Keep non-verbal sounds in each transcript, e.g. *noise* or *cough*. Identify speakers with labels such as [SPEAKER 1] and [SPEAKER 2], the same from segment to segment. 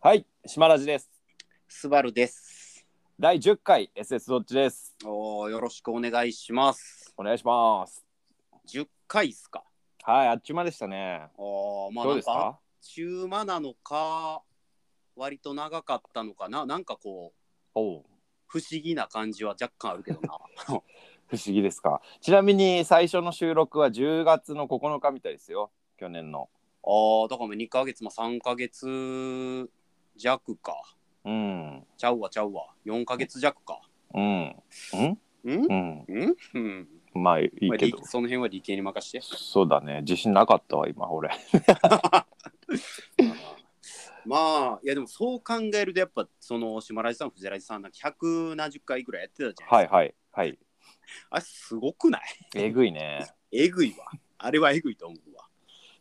[SPEAKER 1] はい、島ラジです。
[SPEAKER 2] スバルです。
[SPEAKER 1] 第10回 SS どっちです。
[SPEAKER 2] おーよろしくお願いします。
[SPEAKER 1] お願いします。
[SPEAKER 2] 10回っすか。
[SPEAKER 1] はい、あっちゅう間でしたね。
[SPEAKER 2] おーまあ
[SPEAKER 1] ど
[SPEAKER 2] な
[SPEAKER 1] うんです
[SPEAKER 2] か、
[SPEAKER 1] か
[SPEAKER 2] 中間なのか、割と長かったのかな、なんかこう、
[SPEAKER 1] おう
[SPEAKER 2] 不思議な感じは若干あるけどな。 *laughs*
[SPEAKER 1] 不思議ですか。ちなみに最初の収録は10月の9日みたいですよ。去年の。
[SPEAKER 2] あーだからもう2ヶ月、まあ、3ヶ月弱か。
[SPEAKER 1] うん。
[SPEAKER 2] ちゃうわ、ちゃうわ。4ヶ月弱か。
[SPEAKER 1] うん。
[SPEAKER 2] ん
[SPEAKER 1] うん。
[SPEAKER 2] んうん。
[SPEAKER 1] まあいい
[SPEAKER 2] まあ
[SPEAKER 1] け
[SPEAKER 2] 理
[SPEAKER 1] ど。
[SPEAKER 2] その辺は理系に任して。
[SPEAKER 1] そうだね。自信なかったわ、今、俺。
[SPEAKER 2] まあ、いやでもそう考えると、やっぱ、その、島ラジさん、藤ラジさん、なんか170回ぐらいやってたじゃないですか。
[SPEAKER 1] はいはい。はい。
[SPEAKER 2] あれすごくない
[SPEAKER 1] えぐいね。
[SPEAKER 2] えぐいわ。あれはえぐいと思うわ。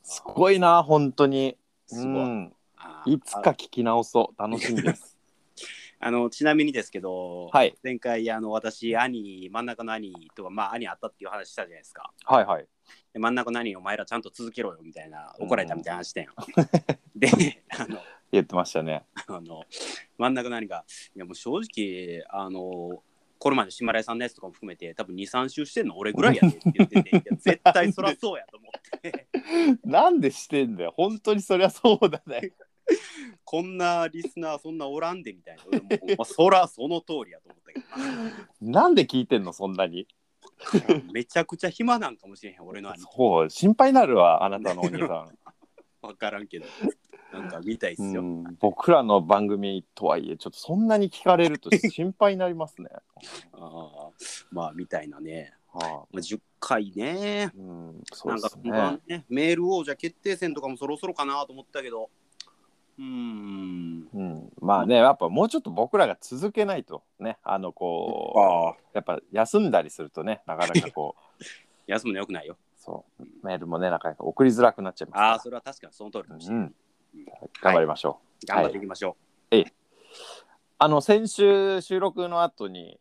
[SPEAKER 1] すごいな、本当に。
[SPEAKER 2] すご
[SPEAKER 1] う
[SPEAKER 2] い。
[SPEAKER 1] ん。
[SPEAKER 2] あー
[SPEAKER 1] いつか
[SPEAKER 2] あ
[SPEAKER 1] 聞き直そう。楽しみです。
[SPEAKER 2] あのちなみにですけど、
[SPEAKER 1] はい。
[SPEAKER 2] 前回あの私兄真ん中の兄とかまあ兄あったっていう話したじゃないですか
[SPEAKER 1] はいはい。
[SPEAKER 2] で真ん中の兄お前らちゃんと続けろよみたいな
[SPEAKER 1] うん
[SPEAKER 2] 怒られたみたいな話し
[SPEAKER 1] *laughs*
[SPEAKER 2] たやん、であの
[SPEAKER 1] 言ってましたね。
[SPEAKER 2] あの真ん中の兄がいやもう正直あのこれまで島来さんのやつとかも含めて多分23周してんの俺ぐらいやでって言っ
[SPEAKER 1] *laughs*
[SPEAKER 2] てていや絶対そらそうやと思って
[SPEAKER 1] なんでしてんだよ。本当にそりゃそうだね。
[SPEAKER 2] こんなリスナーそんなおらんでみたいな。俺もうまあ、そらその通りやと思ったけ
[SPEAKER 1] *laughs* なんで聞いてんのそんなに。
[SPEAKER 2] どな。めちゃくちゃ暇なんかもしれへん、俺の兄。
[SPEAKER 1] そう心配になるわあなたのお
[SPEAKER 2] *laughs*
[SPEAKER 1] 兄さ
[SPEAKER 2] わからん
[SPEAKER 1] *laughs*
[SPEAKER 2] けど。なんか見たいっす
[SPEAKER 1] ん。う
[SPEAKER 2] よ。
[SPEAKER 1] ん僕らの番組とはいえちょっとそんなに聞かれると心配になりますね。
[SPEAKER 2] あーまあ、みたいなね。
[SPEAKER 1] はあ、
[SPEAKER 2] まあ、10回ね。
[SPEAKER 1] うんそ
[SPEAKER 2] な
[SPEAKER 1] うんで
[SPEAKER 2] か
[SPEAKER 1] す
[SPEAKER 2] 本当は
[SPEAKER 1] ね。
[SPEAKER 2] ね、メール王者決定戦とかもそろそろかなと思ったけど。うーん。
[SPEAKER 1] うん、まあねやっぱもうちょっと僕らが続けないとねあのこ
[SPEAKER 2] ああ。
[SPEAKER 1] うやっぱ休んだりするとねなかなかこう
[SPEAKER 2] 休むのよくないよ。 *laughs*
[SPEAKER 1] そうメールもねなかなか送りづらくなっちゃいます
[SPEAKER 2] ああ、
[SPEAKER 1] か
[SPEAKER 2] それは確かにその通りかもし
[SPEAKER 1] ら、う
[SPEAKER 2] れない。
[SPEAKER 1] ん、頑張りましょう。
[SPEAKER 2] 頑張っていきましょ
[SPEAKER 1] あの先週収録の後に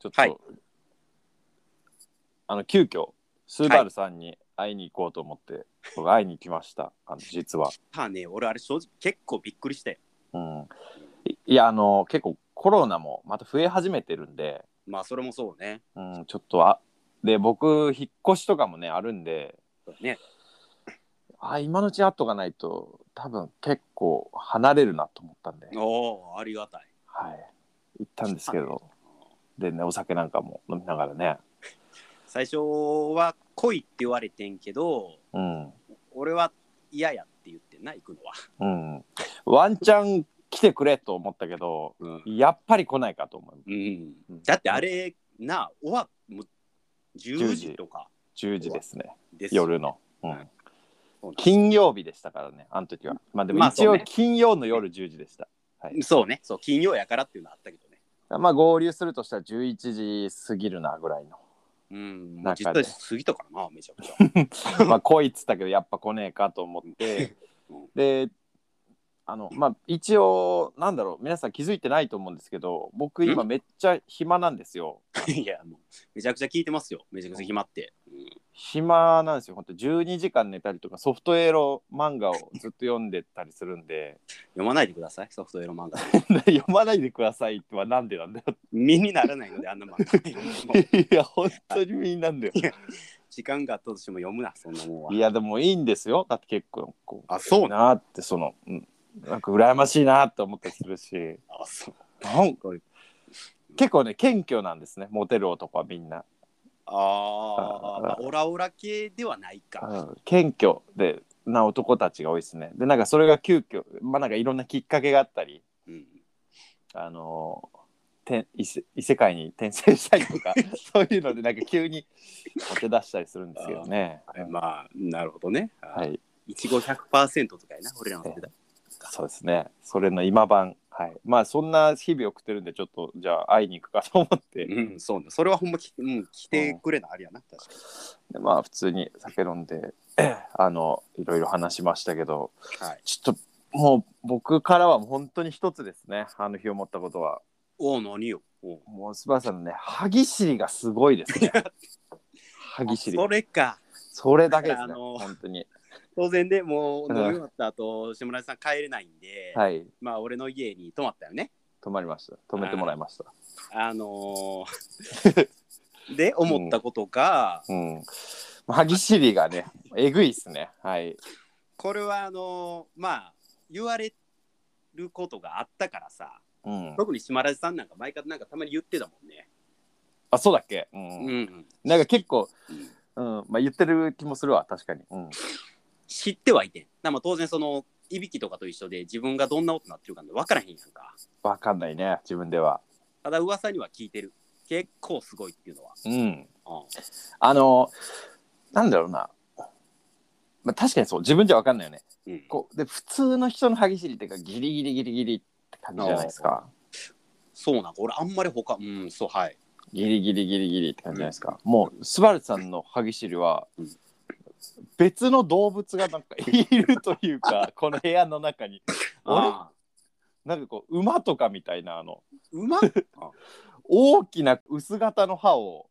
[SPEAKER 1] ちょっと、
[SPEAKER 2] はい
[SPEAKER 1] あの急遽スーバルさんに会いに行こうと思って、僕会いに行きましたあの実は
[SPEAKER 2] う。、ただね、俺あれ正直結構びっくりしたよ。
[SPEAKER 1] うん、いいやあの結構コロナもまた増え始めてるんで、
[SPEAKER 2] まあ、それもそうね。
[SPEAKER 1] うん、ちょっとあで僕引っ越しとかもねあるんで
[SPEAKER 2] ね。
[SPEAKER 1] あ今のうち会っとかないと多分結構離れるなと思ったんで、はい、
[SPEAKER 2] おお、ありがたい。
[SPEAKER 1] 行ったんですけどでねお酒なんかも飲みながらね。
[SPEAKER 2] 最初は来いって言われてんけど
[SPEAKER 1] うん
[SPEAKER 2] 俺は嫌やって言ってんな行くのは、
[SPEAKER 1] うん、ワンチャン来てくれと思ったけど
[SPEAKER 2] う
[SPEAKER 1] やっぱり来ないかと思うんうん
[SPEAKER 2] だってあれなあ終わっもう
[SPEAKER 1] 10
[SPEAKER 2] 10
[SPEAKER 1] 時
[SPEAKER 2] 時とか
[SPEAKER 1] 10時ですね
[SPEAKER 2] ですよ
[SPEAKER 1] 夜の、うん
[SPEAKER 2] はいそうなん
[SPEAKER 1] 金曜日でしたからねあの時はまあでも
[SPEAKER 2] まあ
[SPEAKER 1] 一
[SPEAKER 2] そう
[SPEAKER 1] 応
[SPEAKER 2] ね
[SPEAKER 1] 金曜の夜10時でした、
[SPEAKER 2] そうねそう金曜やからっていうのはあったけどね
[SPEAKER 1] まあ合流するとしたら11時過ぎるなぐらいの
[SPEAKER 2] うんも
[SPEAKER 1] な
[SPEAKER 2] うん実
[SPEAKER 1] か
[SPEAKER 2] 際
[SPEAKER 1] ね
[SPEAKER 2] 過ぎたからなめちゃくち
[SPEAKER 1] *laughs*
[SPEAKER 2] ゃ *laughs*
[SPEAKER 1] まあ来いっつったけどやっぱ来ねえかと思って *laughs*
[SPEAKER 2] うん
[SPEAKER 1] であのまあ一応なんだろう皆さん気づいてないと思うんですけど僕今めっちゃ暇なんですよ
[SPEAKER 2] いやもうめちゃくちゃ聞いてますよめちゃくちゃ暇って、うん
[SPEAKER 1] 暇なんですよ本当12時間寝たりとかソフトエロ漫画をずっと読んでたりするんで *laughs*
[SPEAKER 2] 読まないでくださいソフトウェアの漫画
[SPEAKER 1] 読まないでくださいはなんでなんだよ
[SPEAKER 2] 身にならないのであんな漫画も
[SPEAKER 1] *laughs*
[SPEAKER 2] う
[SPEAKER 1] いや本当にみんなんだよ
[SPEAKER 2] 時間があったとしても読むなそんなもんはい
[SPEAKER 1] やでもいいんですよだって結構こう
[SPEAKER 2] あそう
[SPEAKER 1] いいなってその、うん、なんか羨ましいなって思ったりするし
[SPEAKER 2] あそう
[SPEAKER 1] なんか結構ね謙虚なんですねモテる男はみんな、
[SPEAKER 2] あ
[SPEAKER 1] あー
[SPEAKER 2] ー、まあオラオラ系ではないうか、
[SPEAKER 1] ん、謙虚でな男たちが多いですねでなんかそれが急遽まあなんかいろんなきっかけがあったり
[SPEAKER 2] うん、
[SPEAKER 1] あのて異世異世界に転生したりと
[SPEAKER 2] *laughs*
[SPEAKER 1] かそういうのでなんか急に当て出したりするんですけどね。
[SPEAKER 2] まあなるほどね
[SPEAKER 1] は
[SPEAKER 2] はい
[SPEAKER 1] い、
[SPEAKER 2] いちご100%とかやな俺らの世代
[SPEAKER 1] そうですね。それの今晩、はい、まあそんな日々送ってるんでちょっとじゃあ会いに行くかと思って、
[SPEAKER 2] うんそうねそれはほんまき、うん、来てくれなあれやな確か
[SPEAKER 1] でまあ普通に酒飲んで *clears throat* あのいろいろ話しましたけど、
[SPEAKER 2] にはい
[SPEAKER 1] ちょっともう僕からは本当に一つですね。あの日思ったことは、
[SPEAKER 2] おう何よおう
[SPEAKER 1] もうスバさんのね歯ぎしりが
[SPEAKER 2] *laughs*
[SPEAKER 1] すごいですね。歯ぎしり
[SPEAKER 2] そ。れか
[SPEAKER 1] それだけです
[SPEAKER 2] あ
[SPEAKER 1] ね。
[SPEAKER 2] の
[SPEAKER 1] 本当に。
[SPEAKER 2] 当然で、もう飲み終わった後、志村さん帰れないんで、
[SPEAKER 1] はい
[SPEAKER 2] まあ俺の家に泊まったよね。
[SPEAKER 1] 止まりました止めてもらいました
[SPEAKER 2] あの
[SPEAKER 1] *laughs*
[SPEAKER 2] ーで、思ったことが、
[SPEAKER 1] うん歯ぎしりがねえぐいっすねはい
[SPEAKER 2] これはあのーまあ、言われることがあったからさ、
[SPEAKER 1] うん
[SPEAKER 2] 特に島田さんなんか毎回なんかたまに言ってたもんね。
[SPEAKER 1] あそうだっけうん、
[SPEAKER 2] うん。
[SPEAKER 1] なんか結構うんまあ言ってる気もするわ確かにうん
[SPEAKER 2] 知ってはいてん。なまあ当然その、いびきとかと一緒で自分がどんな音になってるかなんて分からへんやんか。
[SPEAKER 1] わかんないね自分では
[SPEAKER 2] ただ噂には聞いてる。結構すごいっていうのは。
[SPEAKER 1] うん
[SPEAKER 2] うん
[SPEAKER 1] あのなんだろうなまあ確かにそう自分じゃわかんないよね
[SPEAKER 2] うん
[SPEAKER 1] こうで普通の人の歯ぎしりっていうかギリギリギリギリって感じじゃないですか
[SPEAKER 2] そうなんか俺あんまり他うんそうはい
[SPEAKER 1] ギリギリギリギリって感じじゃないですか、もうスバルさんの歯ぎしりは
[SPEAKER 2] うん
[SPEAKER 1] 別の動物がなんかいるという *laughs* かこの部屋の中にあ
[SPEAKER 2] あ
[SPEAKER 1] なんかこう馬とかみたいなあの
[SPEAKER 2] れうま
[SPEAKER 1] 大きな薄型の歯を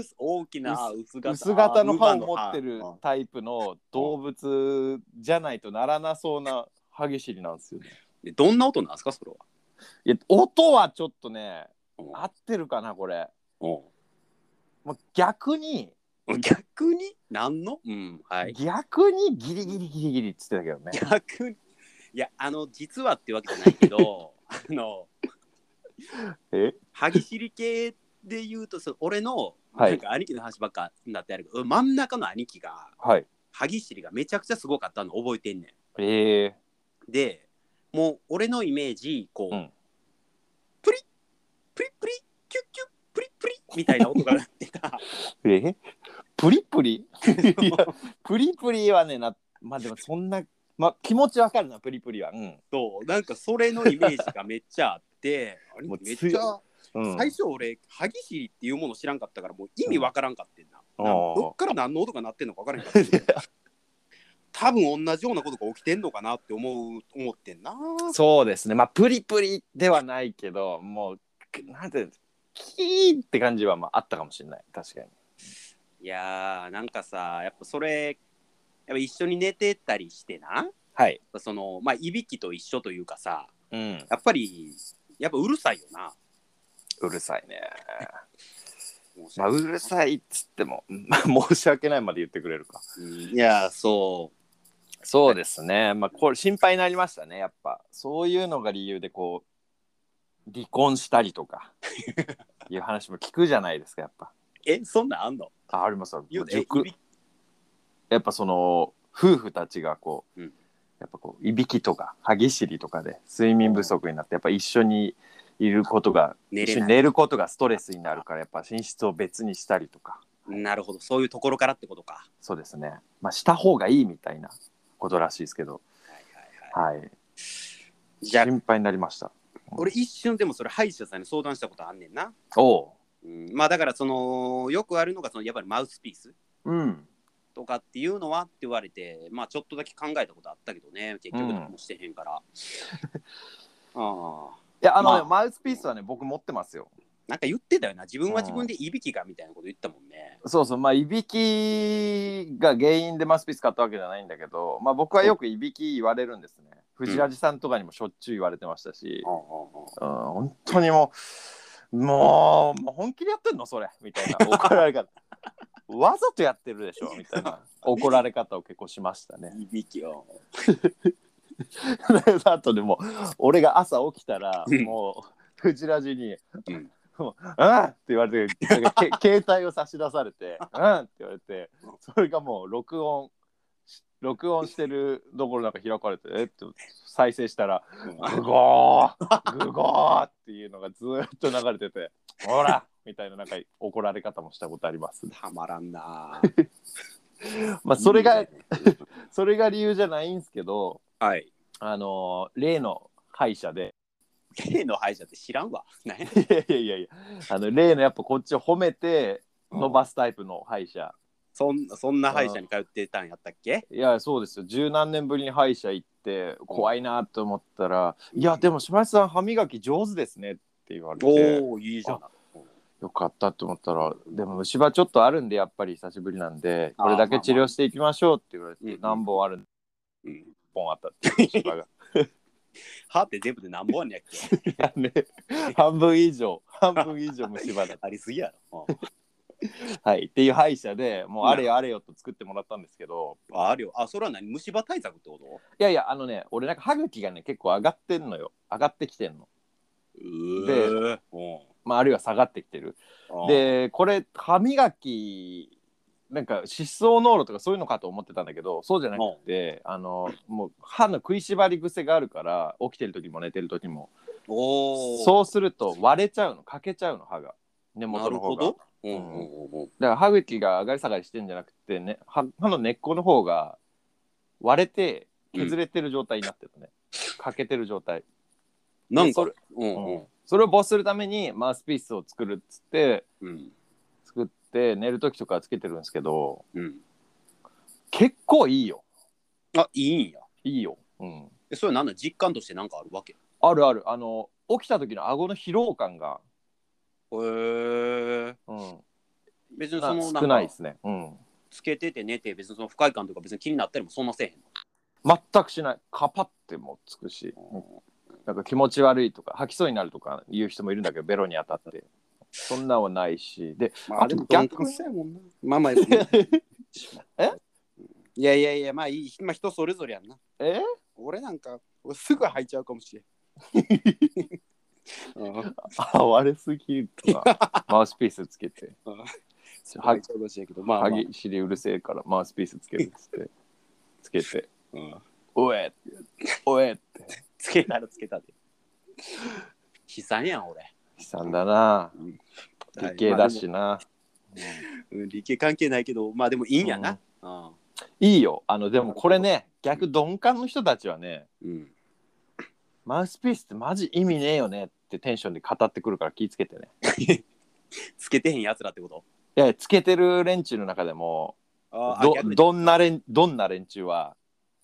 [SPEAKER 2] *laughs* 大きな薄型
[SPEAKER 1] 薄型の歯を持ってる
[SPEAKER 2] あ
[SPEAKER 1] タイプの動物じゃないとならなそうな歯ぎしりなんですよね。
[SPEAKER 2] でどんな音なんですかそれはい
[SPEAKER 1] や音はちょっとね
[SPEAKER 2] うん
[SPEAKER 1] 合ってるかなこれ。
[SPEAKER 2] う
[SPEAKER 1] もう逆に
[SPEAKER 2] ん逆に何のうんはい
[SPEAKER 1] 逆にギリギリギリギリっつってたけどね。
[SPEAKER 2] 逆にいやあの実はってわけじゃないけど *laughs* あの
[SPEAKER 1] *laughs* え
[SPEAKER 2] 歯ぎしり系で言うとその俺の
[SPEAKER 1] はい
[SPEAKER 2] なんか兄貴の話ばっかになってあるけど、真ん中の兄貴が
[SPEAKER 1] はい。
[SPEAKER 2] 歯ぎしりがめちゃくちゃすごかったの覚えてんねん
[SPEAKER 1] ええ
[SPEAKER 2] でもう俺のイメージこう、
[SPEAKER 1] うん
[SPEAKER 2] プリップリップリッキュッキュップリップリッみたいな音が鳴ってた
[SPEAKER 1] えプリプリいやプリプリはねなまあでもそんな、まあ、気持ちわかるなプリプリはうん、
[SPEAKER 2] そうなんかそれのイメージがめっちゃあってあ
[SPEAKER 1] *laughs*
[SPEAKER 2] れ
[SPEAKER 1] もう
[SPEAKER 2] めっ
[SPEAKER 1] つい
[SPEAKER 2] ちゃ
[SPEAKER 1] うん、
[SPEAKER 2] 最初俺歯ぎしりっていうもの知らんかったからもう意味わからんかってんな、
[SPEAKER 1] うん
[SPEAKER 2] なんか
[SPEAKER 1] おー
[SPEAKER 2] どっから何の音が鳴ってんのかわからんかった *laughs* 多分同じようなことが起きてんのかなって思う思ってんな
[SPEAKER 1] そうですねまあプリプリではないけどもうくなんていうんですキーって感じはまああったかもしれない確かに
[SPEAKER 2] いやーなんかさやっぱそれやっぱ一緒に寝てたりしてな
[SPEAKER 1] はい
[SPEAKER 2] そのまあいびきと一緒というかさ
[SPEAKER 1] うん
[SPEAKER 2] やっぱりやっぱうるさいよな
[SPEAKER 1] うるさいねまあうるさいっつっても、まあ、申し訳ないまで言ってくれるか
[SPEAKER 2] いいやそ
[SPEAKER 1] そうですねまあこれ心配になりましたねやっぱそういうのが理由でこう離婚したりと
[SPEAKER 2] *laughs*
[SPEAKER 1] かいう話も聞くじゃないですかやっぱ
[SPEAKER 2] うえそんなんあんの
[SPEAKER 1] あありますよ
[SPEAKER 2] 言うて
[SPEAKER 1] 塾
[SPEAKER 2] えいび
[SPEAKER 1] やっぱその夫婦たちがこう、
[SPEAKER 2] うん
[SPEAKER 1] やっぱこういびきとか歯ぎしりとかで睡眠不足になってやっぱ一緒にいることが
[SPEAKER 2] 寝
[SPEAKER 1] 一
[SPEAKER 2] れ
[SPEAKER 1] 緒に
[SPEAKER 2] ない
[SPEAKER 1] 寝ることがストレスになるからやっぱ寝室を別にしたりとか
[SPEAKER 2] なるほどそういうところからってことか
[SPEAKER 1] そうですねまあした方がいいみたいなことらしいですけど
[SPEAKER 2] はいはいは
[SPEAKER 1] はい
[SPEAKER 2] いじゃあ
[SPEAKER 1] 心配になりました
[SPEAKER 2] 俺一瞬でもそれ歯医者さんに相談したことあんねんな、
[SPEAKER 1] おう
[SPEAKER 2] うん、まあだからそのよくあるのがそのやっぱりマウスピース
[SPEAKER 1] うん
[SPEAKER 2] とかっていうのはって言われてまあちょっとだけ考えたことあったけどね結局
[SPEAKER 1] うん
[SPEAKER 2] 何もしてへんから、ああ
[SPEAKER 1] いやあのね、
[SPEAKER 2] ま
[SPEAKER 1] マウスピースはね僕持ってますよ
[SPEAKER 2] なんか言ってたよな自分は自分でいびきがみたいなこと言ったもんね、
[SPEAKER 1] そうそうまあいびきが原因でマウスピース買ったわけじゃないんだけどまあ僕はよくいびき言われるんですね藤ラジさんとかにもしょっちゅう言われてましたし、
[SPEAKER 2] うんうんうん
[SPEAKER 1] うん、本当にもうもうもう本気でやってんのそれみたいな *laughs* 怒られ方わざとやってるでしょみたいな怒られ方を結構しましたね
[SPEAKER 2] いびきを。
[SPEAKER 1] あとでも俺が朝起きたら
[SPEAKER 2] うん
[SPEAKER 1] もう藤ラジに
[SPEAKER 2] うん
[SPEAKER 1] 「もううん!」って言われてなんかけ *laughs* 携帯を差し出されて「うん!」って言われてそれがもう録音し録音してるところなんか開かれて「えっ?」て再生したらグゴーグゴーっていうのがずーっと流れてて、ほらみたいななんか怒られ方もしたことあります。
[SPEAKER 2] たまらんな。
[SPEAKER 1] まあ *laughs* それ
[SPEAKER 2] い
[SPEAKER 1] が
[SPEAKER 2] いね、
[SPEAKER 1] それが理由じゃないんですけど、
[SPEAKER 2] はい。
[SPEAKER 1] あのー例の歯医者で、
[SPEAKER 2] 例の歯医者って知
[SPEAKER 1] *laughs*
[SPEAKER 2] らんわ。ね、
[SPEAKER 1] いやいやいやいや、あの例のやっぱこっちを褒めて伸ばすタイプの歯医者。
[SPEAKER 2] そんそんな歯医者に通ってたんやったっけ
[SPEAKER 1] いや、そうですよ。十何年ぶりに歯医者行って、怖いなと思ったら、いや、でも島内さん歯磨き上手ですねって言われて。
[SPEAKER 2] おー、いいじゃん。
[SPEAKER 1] よかったって思ったらでも虫歯ちょっとあるんでやっぱり久しぶりなんでこれだけ治療していきましょうって言われて
[SPEAKER 2] まあまあ
[SPEAKER 1] 何本あるん
[SPEAKER 2] うん
[SPEAKER 1] 本あったって虫歯が
[SPEAKER 2] 歯って全部で何本あんねやっ
[SPEAKER 1] *laughs*
[SPEAKER 2] け
[SPEAKER 1] いやね半分以上半分以上虫歯だ
[SPEAKER 2] ありすぎやろ。うん
[SPEAKER 1] はいっていう歯医者でもうあれよあれよと作ってもらったんですけど
[SPEAKER 2] あるよ。あ、それは何虫歯対策ってこと
[SPEAKER 1] いやいやあのね俺なんか歯茎がね結構上がってんのよ上がってきてんの
[SPEAKER 2] で、うん
[SPEAKER 1] まああるいは下がってきてる
[SPEAKER 2] あ
[SPEAKER 1] でこれ歯磨きなんか失踪濃路とかそういうのかと思ってたんだけどそうじゃなくてあのもう歯の食いしばり癖があるから起きてる時も寝てる時も
[SPEAKER 2] おー
[SPEAKER 1] そうすると割れちゃうの欠けちゃうの歯が根
[SPEAKER 2] な
[SPEAKER 1] 元
[SPEAKER 2] る
[SPEAKER 1] の方
[SPEAKER 2] ほ
[SPEAKER 1] がだ
[SPEAKER 2] ど
[SPEAKER 1] か。
[SPEAKER 2] うん
[SPEAKER 1] うん
[SPEAKER 2] うんうんうん
[SPEAKER 1] ら歯茎が上がり下がりしてんじゃなくて、ね、歯歯の根っこの方が割れて削れてる状態になってるのね、欠けてる状態
[SPEAKER 2] なん
[SPEAKER 1] そ
[SPEAKER 2] か
[SPEAKER 1] れ、
[SPEAKER 2] うん
[SPEAKER 1] うんそれを防止するためにマウスピースを作るっつって
[SPEAKER 2] うん
[SPEAKER 1] 作って寝る時とかつけてるんですけど
[SPEAKER 2] うん。
[SPEAKER 1] 結構いいよ
[SPEAKER 2] あ、いいんや。
[SPEAKER 1] いいよ、うん、
[SPEAKER 2] えそれなんだ実感としてなんかあるわけへ
[SPEAKER 1] あるあるあの起きた時の顎の疲労感が、
[SPEAKER 2] え。
[SPEAKER 1] うん、
[SPEAKER 2] 別にその
[SPEAKER 1] 少ない
[SPEAKER 2] ん
[SPEAKER 1] で
[SPEAKER 2] か
[SPEAKER 1] すね、うん、
[SPEAKER 2] つけてて寝て別にその不快感とか別に気になったりもそんなせえへん
[SPEAKER 1] 全くしないカパってもつくし
[SPEAKER 2] の。
[SPEAKER 1] なんか気持ち悪いとか吐きそうになるとか言う人もいるんだけどベロに当たってそんなんはないしで
[SPEAKER 2] ま
[SPEAKER 1] あ
[SPEAKER 2] あ、
[SPEAKER 1] で
[SPEAKER 2] で
[SPEAKER 1] も
[SPEAKER 2] も
[SPEAKER 1] 鈍
[SPEAKER 2] 鈍
[SPEAKER 1] 感
[SPEAKER 2] 感
[SPEAKER 1] そ
[SPEAKER 2] そうやもんな。ま
[SPEAKER 1] *laughs*
[SPEAKER 2] あまあ、
[SPEAKER 1] え
[SPEAKER 2] いやいやいや、まあいい、まあ、人それぞれやんな。
[SPEAKER 1] え *laughs*
[SPEAKER 2] 俺なんか、俺すぐ吐いちゃうかもしれん。 *laughs* うん
[SPEAKER 1] あ割れすぎと
[SPEAKER 2] *laughs*
[SPEAKER 1] かマウスピースつけて
[SPEAKER 2] すぐ吐いちゃうかもしれんけど、まあ、まあ
[SPEAKER 1] 歯ぎしりうるせえからマウスピースつけるっつってつけて
[SPEAKER 2] うん
[SPEAKER 1] 「おえ!」おえ!」って
[SPEAKER 2] つけたらつけたで。悲惨やん、俺。
[SPEAKER 1] 悲惨だな理系だしな、
[SPEAKER 2] うん理系関係ないけど、まあでもいいんやな。うん
[SPEAKER 1] いいよあのでもこれね逆鈍感の人たちはね
[SPEAKER 2] うん、
[SPEAKER 1] マウスピースってマジ意味ねえよねってテンションで語ってくるから気ぃつけてね
[SPEAKER 2] つけてへんやつらってこと
[SPEAKER 1] いやつけてる連中の中でも
[SPEAKER 2] あーあ
[SPEAKER 1] ど
[SPEAKER 2] 逆に
[SPEAKER 1] どんな連どんな連中は、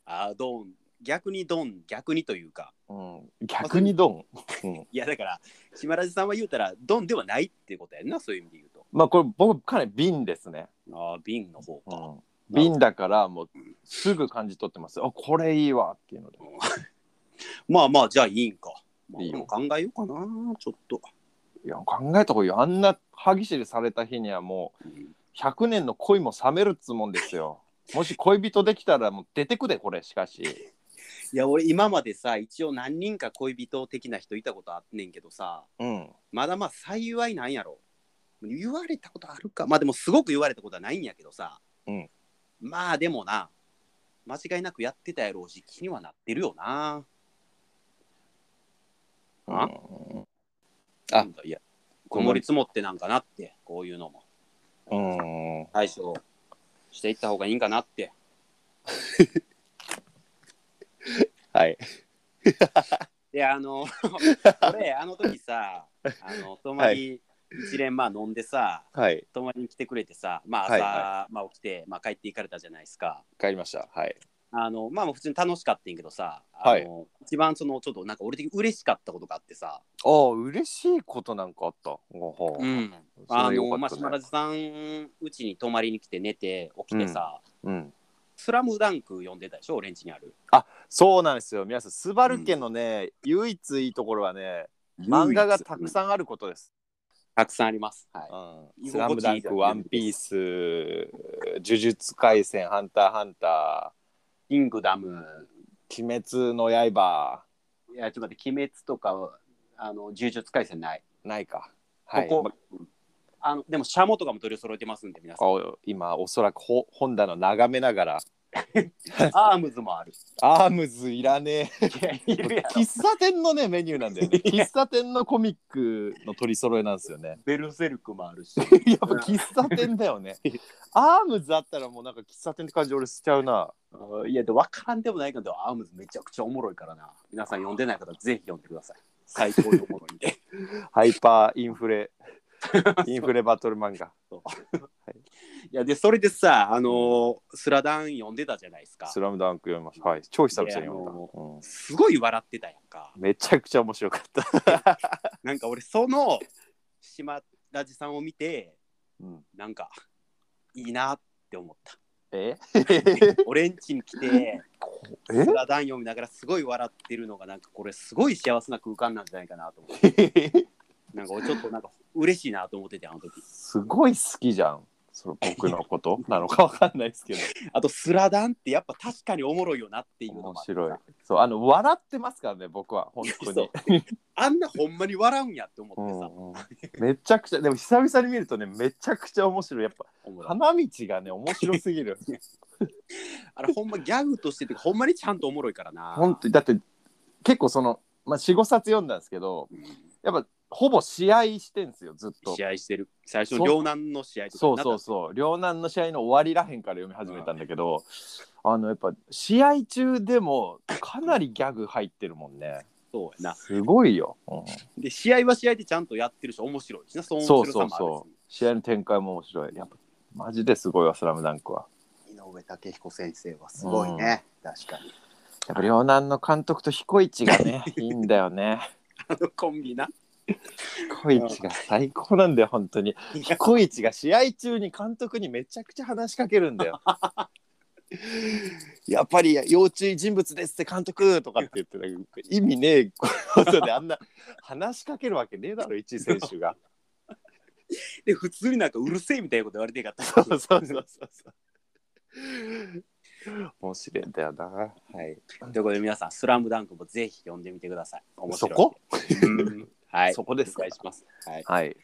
[SPEAKER 2] あードン逆にドン逆にというか
[SPEAKER 1] うん、逆にドン、うん、
[SPEAKER 2] いやだから島田さんは言うたらドンではないっていうことやんなそういう意味で言うと
[SPEAKER 1] まあこれ僕かなり瓶ですね、
[SPEAKER 2] ああ瓶の方
[SPEAKER 1] う
[SPEAKER 2] か、
[SPEAKER 1] ん、瓶だからもうすぐ感じ取ってますあこれいいわっていうので
[SPEAKER 2] まあまあじゃあいいんか、まあ、
[SPEAKER 1] いいよ
[SPEAKER 2] でも考えようかなちょっと、
[SPEAKER 1] いや考えた方がいいよあんな歯ぎしりされた日にはもう100年の恋も冷めるっつもんです *laughs* よもし恋人できたらもう出てくでこれしかし。
[SPEAKER 2] いや俺今までさ一応何人か恋人的な人いたことあってんけどさ
[SPEAKER 1] うん、
[SPEAKER 2] まだまあ幸いなんやろ言われたことあるかまあでもすごく言われたことはないんやけどさ、
[SPEAKER 1] うん
[SPEAKER 2] まあでもな間違いなくやってたやろうし気にはなってるよなあ
[SPEAKER 1] あ
[SPEAKER 2] なんだいやこもり積もってなんかなってこういうのも
[SPEAKER 1] うん、
[SPEAKER 2] 対処していった方がいいんかなって
[SPEAKER 1] はい。
[SPEAKER 2] で
[SPEAKER 1] *laughs*
[SPEAKER 2] あの俺あの時さあの泊まり一連まあ飲んでさ
[SPEAKER 1] はい、
[SPEAKER 2] 泊まりに来てくれてさまあ朝、
[SPEAKER 1] はいは
[SPEAKER 2] まあ、起きて、まあ、帰っていかれたじゃないですか
[SPEAKER 1] 帰りました。はい。
[SPEAKER 2] あのまあ普通に楽しかったんやけどさあの、一番そのちょっとなんか俺的に嬉しかったことがあってさ、
[SPEAKER 1] ああ、嬉しいことなんかあった。おほ
[SPEAKER 2] ん、あの、まあ島田さんうちに泊まりに来て寝て起きてさ、
[SPEAKER 1] うん。
[SPEAKER 2] スラムダンク読んでたでしょ俺ん家にある
[SPEAKER 1] そうなんですよ。皆さん、スバル家のね、唯一いいところはね、漫画がたく
[SPEAKER 2] ん、
[SPEAKER 1] さんあることです。
[SPEAKER 2] たくさんありますは
[SPEAKER 1] う
[SPEAKER 2] い
[SPEAKER 1] ん
[SPEAKER 2] 居心地いい
[SPEAKER 1] スラムダンク、ワンピース、呪術廻戦、ハンターハンタ
[SPEAKER 2] キングダム
[SPEAKER 1] ー、鬼滅の刃、
[SPEAKER 2] いやちょっと待って鬼滅とかあの呪術廻戦ない
[SPEAKER 1] ないか。
[SPEAKER 2] こ
[SPEAKER 1] はい。
[SPEAKER 2] こ、
[SPEAKER 1] ま
[SPEAKER 2] あのでもシャモとかも取り揃えてますんで皆さん
[SPEAKER 1] あ今、おそらくほ本棚を眺めながら、
[SPEAKER 2] アームズ
[SPEAKER 1] *laughs*
[SPEAKER 2] もある
[SPEAKER 1] アームズいらねえ。
[SPEAKER 2] いやいるやろ
[SPEAKER 1] 喫茶店のねメニューなんだよね喫茶店のコミックの取り揃えなんですよ
[SPEAKER 2] *laughs*
[SPEAKER 1] ね
[SPEAKER 2] ベルセルクもあるし
[SPEAKER 1] やっぱ喫茶店だよねアームズあったらもうなんか喫茶店って感じ俺しちゃうない
[SPEAKER 2] や、で分からんでもないけど、アームズめちゃくちゃおもろいからな。皆さん読んでない方、ぜひ読んでください。最高におもろいん *laughs* で。
[SPEAKER 1] ハイパーインフレインフレバトル漫画
[SPEAKER 2] いや、で、それでさ、あのースラダン読んでたじゃないで
[SPEAKER 1] 「
[SPEAKER 2] すか
[SPEAKER 1] ス。ラムダンク読みましたはい超久々に読んだ、
[SPEAKER 2] いやあの
[SPEAKER 1] うん
[SPEAKER 2] すごい笑ってたやんか。
[SPEAKER 1] めちゃくちゃ面白かった
[SPEAKER 2] なんか俺、その島ラジさんを見て
[SPEAKER 1] うん、
[SPEAKER 2] なんかいいなって思った
[SPEAKER 1] *laughs* え
[SPEAKER 2] 俺んちに来て
[SPEAKER 1] え
[SPEAKER 2] スラダン読みながらすごい笑ってるのがなんかこれすごい幸せな空間なんじゃないかなと思ってなんか俺ちょっとなんか嬉しいなと思っててあの
[SPEAKER 1] *laughs*
[SPEAKER 2] 時
[SPEAKER 1] すごい好きじゃんそれ僕のことなのかわかんないですけど
[SPEAKER 2] あとスラダンってやっぱ確かにおもろいよなっていうのも
[SPEAKER 1] 面
[SPEAKER 2] あってさ
[SPEAKER 1] 白いそうあの笑ってますからね僕は本当
[SPEAKER 2] そう
[SPEAKER 1] に、
[SPEAKER 2] あんなほんまに笑うんやって思
[SPEAKER 1] う
[SPEAKER 2] って
[SPEAKER 1] ん
[SPEAKER 2] さ、
[SPEAKER 1] うん、めちゃくちゃでも久々に見るとねめちゃくちゃ面白いやっぱ
[SPEAKER 2] おもろい
[SPEAKER 1] 花道がね面白すぎ
[SPEAKER 2] *laughs*
[SPEAKER 1] る
[SPEAKER 2] あれほんまギャグとしてってほんまにちゃんとおもろいからな
[SPEAKER 1] 本当にだって結構その、まあ、45冊読んだんですけどやっぱほぼ試合してんですよずっと
[SPEAKER 2] 試合してる最初の両南の試合とか
[SPEAKER 1] そうそう
[SPEAKER 2] そ
[SPEAKER 1] そう両南の試合の終わりらへんから読み始めたんだけど、あのやっぱ試合中でもかなりギャグ入ってるもんね
[SPEAKER 2] そうやな
[SPEAKER 1] すごいよ、うん
[SPEAKER 2] で試合は試合でちゃんとやってるし面白いしなその面
[SPEAKER 1] そう
[SPEAKER 2] 白
[SPEAKER 1] そ
[SPEAKER 2] さ
[SPEAKER 1] う
[SPEAKER 2] もあるし
[SPEAKER 1] そう試合の展開も面白いやっぱマジですごいわ「スラムダンクは
[SPEAKER 2] 井上武彦先生はす
[SPEAKER 1] ごいね、
[SPEAKER 2] 確かに
[SPEAKER 1] やっぱ両南の監督と彦一が *laughs* ねいいんだよね
[SPEAKER 2] あのコンビな *laughs*
[SPEAKER 1] 彦一が最高なんだよ本当に彦一が試合中に監督にめちゃくちゃ話しかけるんだよやっぱり要注意人物ですって監督とかって言ってなんか意味ねえことであんな話しかけるわけねえだろ一位選手が
[SPEAKER 2] で普通になんかうるせえみたいなこと言われてんかった
[SPEAKER 1] そうそうそうそうそう面白いんだよなはい
[SPEAKER 2] ということで皆さん「スラムダンクもぜひ読んでみてください面白い
[SPEAKER 1] そこ
[SPEAKER 2] うんはい
[SPEAKER 1] そこです
[SPEAKER 2] お
[SPEAKER 1] か
[SPEAKER 2] 願いしますはい
[SPEAKER 1] はい。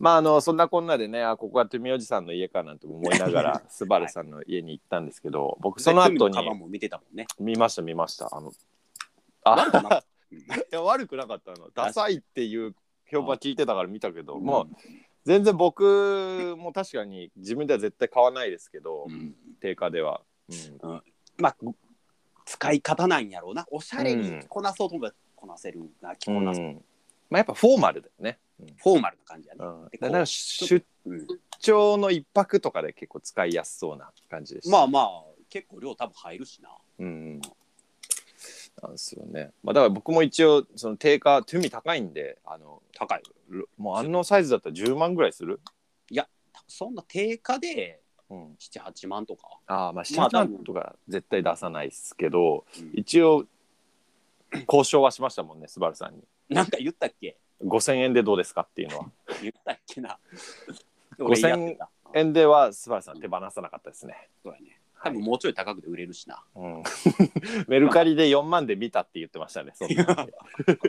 [SPEAKER 1] まああのそんなこんなでね、あここは富おじさんの家かなんて思いなが *laughs* らスバルさんの家に行ったんですけど、僕その後
[SPEAKER 2] で海カバン
[SPEAKER 1] に
[SPEAKER 2] も見てたもんね
[SPEAKER 1] 見ました見ました。あの
[SPEAKER 2] 悪くなかっ
[SPEAKER 1] あ
[SPEAKER 2] たうん
[SPEAKER 1] いや悪くなかったの。ダサいっていう評判聞いてたから見たけど、
[SPEAKER 2] う
[SPEAKER 1] *laughs*
[SPEAKER 2] ん
[SPEAKER 1] まあ全然僕も確かに自分では絶対買わないですけど、
[SPEAKER 2] うん
[SPEAKER 1] 定価では。
[SPEAKER 2] まあ使い方なんやろうなおしゃれにこなそうと思ったらこなせるな着
[SPEAKER 1] う
[SPEAKER 2] こ
[SPEAKER 1] ん。
[SPEAKER 2] な
[SPEAKER 1] う
[SPEAKER 2] す
[SPEAKER 1] んまあやっぱフォーマルだよね。
[SPEAKER 2] フォーマルな感じやね、
[SPEAKER 1] うん、だ
[SPEAKER 2] で
[SPEAKER 1] からなんか出
[SPEAKER 2] うん
[SPEAKER 1] 張の一泊とかで結構使いやすそうな感じでした。
[SPEAKER 2] まあまあ結構量多分入るしな
[SPEAKER 1] うん、なんですよね、まあ、だから僕も一応その定価トゥミ高いんであの
[SPEAKER 2] 高い
[SPEAKER 1] ろもうあのサイズだったら10万ぐらいする、
[SPEAKER 2] そんな定価で
[SPEAKER 1] うん、
[SPEAKER 2] 78万とか、
[SPEAKER 1] ああまあ
[SPEAKER 2] まあ
[SPEAKER 1] 7万とか絶対出さないですけど、
[SPEAKER 2] うん
[SPEAKER 1] 一応交渉はしましたもんねスバルさんに
[SPEAKER 2] なんか言ったっけ
[SPEAKER 1] 5000円でどうですかっていうのは
[SPEAKER 2] 言ったっけ
[SPEAKER 1] *laughs*
[SPEAKER 2] な
[SPEAKER 1] 5000
[SPEAKER 2] 俺やってた
[SPEAKER 1] *laughs* 円ではスバルさん手放さなかったですね、
[SPEAKER 2] そうやね多分もうちょい高くて売れるしな、
[SPEAKER 1] うん *laughs* メルカリで4万で見たって言ってましたねそんな
[SPEAKER 2] *laughs*
[SPEAKER 1] *laughs*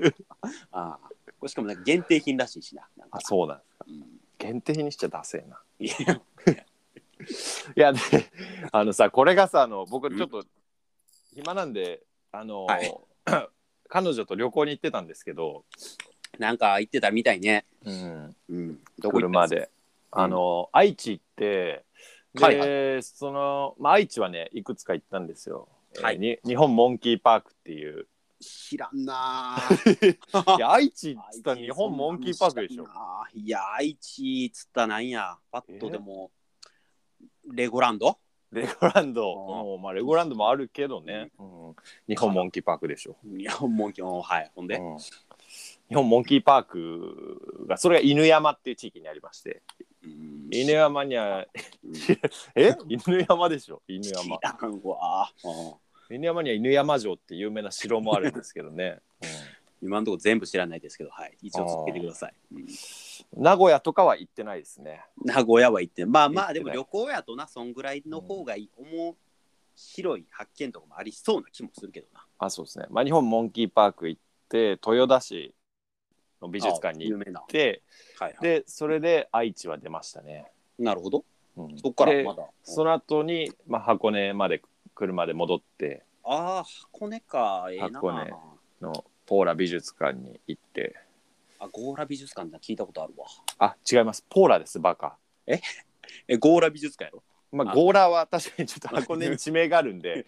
[SPEAKER 2] ああこれしかもなんか限定品らしいしななんか
[SPEAKER 1] あそうなんですか
[SPEAKER 2] うん
[SPEAKER 1] 限定にしちゃダセえない
[SPEAKER 2] や
[SPEAKER 1] いやであのさこれがさあの僕ちょっと暇なんであの、
[SPEAKER 2] はい
[SPEAKER 1] *clears throat* 彼女と旅行に行ってたんですけど、
[SPEAKER 2] なんか言ってたみたいね、
[SPEAKER 1] うん、
[SPEAKER 2] うん、どこ行った
[SPEAKER 1] 車
[SPEAKER 2] んすか
[SPEAKER 1] であの、愛知行ってで、
[SPEAKER 2] はい
[SPEAKER 1] その、まあ、愛知はねいくつか行ったんですよ、えー
[SPEAKER 2] はい
[SPEAKER 1] に日本モンキーパークっていう
[SPEAKER 2] 知ら
[SPEAKER 1] *laughs*
[SPEAKER 2] んなあ
[SPEAKER 1] いや愛知っつったら日本モンキーパークでしょ
[SPEAKER 2] いや愛知っつったらなんやパッとでも、レゴランド
[SPEAKER 1] レゴランド
[SPEAKER 2] あ
[SPEAKER 1] うんまあ、レゴランドもあるけどね、うん日本モンキーパークでしょ
[SPEAKER 2] 日本モンキーはいほんで、
[SPEAKER 1] うん日本モンキーパークがそれが犬山っていう地域にありまして
[SPEAKER 2] うん
[SPEAKER 1] 犬山には
[SPEAKER 2] うん
[SPEAKER 1] え *laughs* 犬山でしょ犬
[SPEAKER 2] 知
[SPEAKER 1] 山
[SPEAKER 2] らんわうん
[SPEAKER 1] 犬山には犬山城って有名な城もあるんですけどね、
[SPEAKER 2] 今のところ全部知らないですけど、はい、一応続けてください。う
[SPEAKER 1] う
[SPEAKER 2] ん
[SPEAKER 1] ん名古屋とかは行ってないですね
[SPEAKER 2] 名古屋は行って、まあま
[SPEAKER 1] 行っ
[SPEAKER 2] あ、
[SPEAKER 1] て
[SPEAKER 2] で
[SPEAKER 1] ない
[SPEAKER 2] も旅行やとな、そんぐらいの方がいい、面白い発見とかもありそうな気もするけどな。
[SPEAKER 1] あそうですね、まあ、日本モンキーパーク行って豊田市の美
[SPEAKER 2] 美
[SPEAKER 1] 術館に
[SPEAKER 2] 有
[SPEAKER 1] 行っ
[SPEAKER 2] 名な。
[SPEAKER 1] て
[SPEAKER 2] はいはい、
[SPEAKER 1] でそれで愛知は出ましたね、
[SPEAKER 2] なるほど。
[SPEAKER 1] うん
[SPEAKER 2] そこから
[SPEAKER 1] で
[SPEAKER 2] まだ。
[SPEAKER 1] その後に、まあ、箱根まで車で戻って
[SPEAKER 2] ああ、箱根か。ええな。
[SPEAKER 1] 箱根のポーラ美術館に行って
[SPEAKER 2] あ、ゴーラ美術館だ。聞いたことあるわ。
[SPEAKER 1] あ違いますポーラですバカ
[SPEAKER 2] え、ゴーラ美術館やろ。
[SPEAKER 1] まあ
[SPEAKER 2] あ
[SPEAKER 1] ゴーラは確かにちょっと箱根に地名があるん
[SPEAKER 2] *laughs*
[SPEAKER 1] で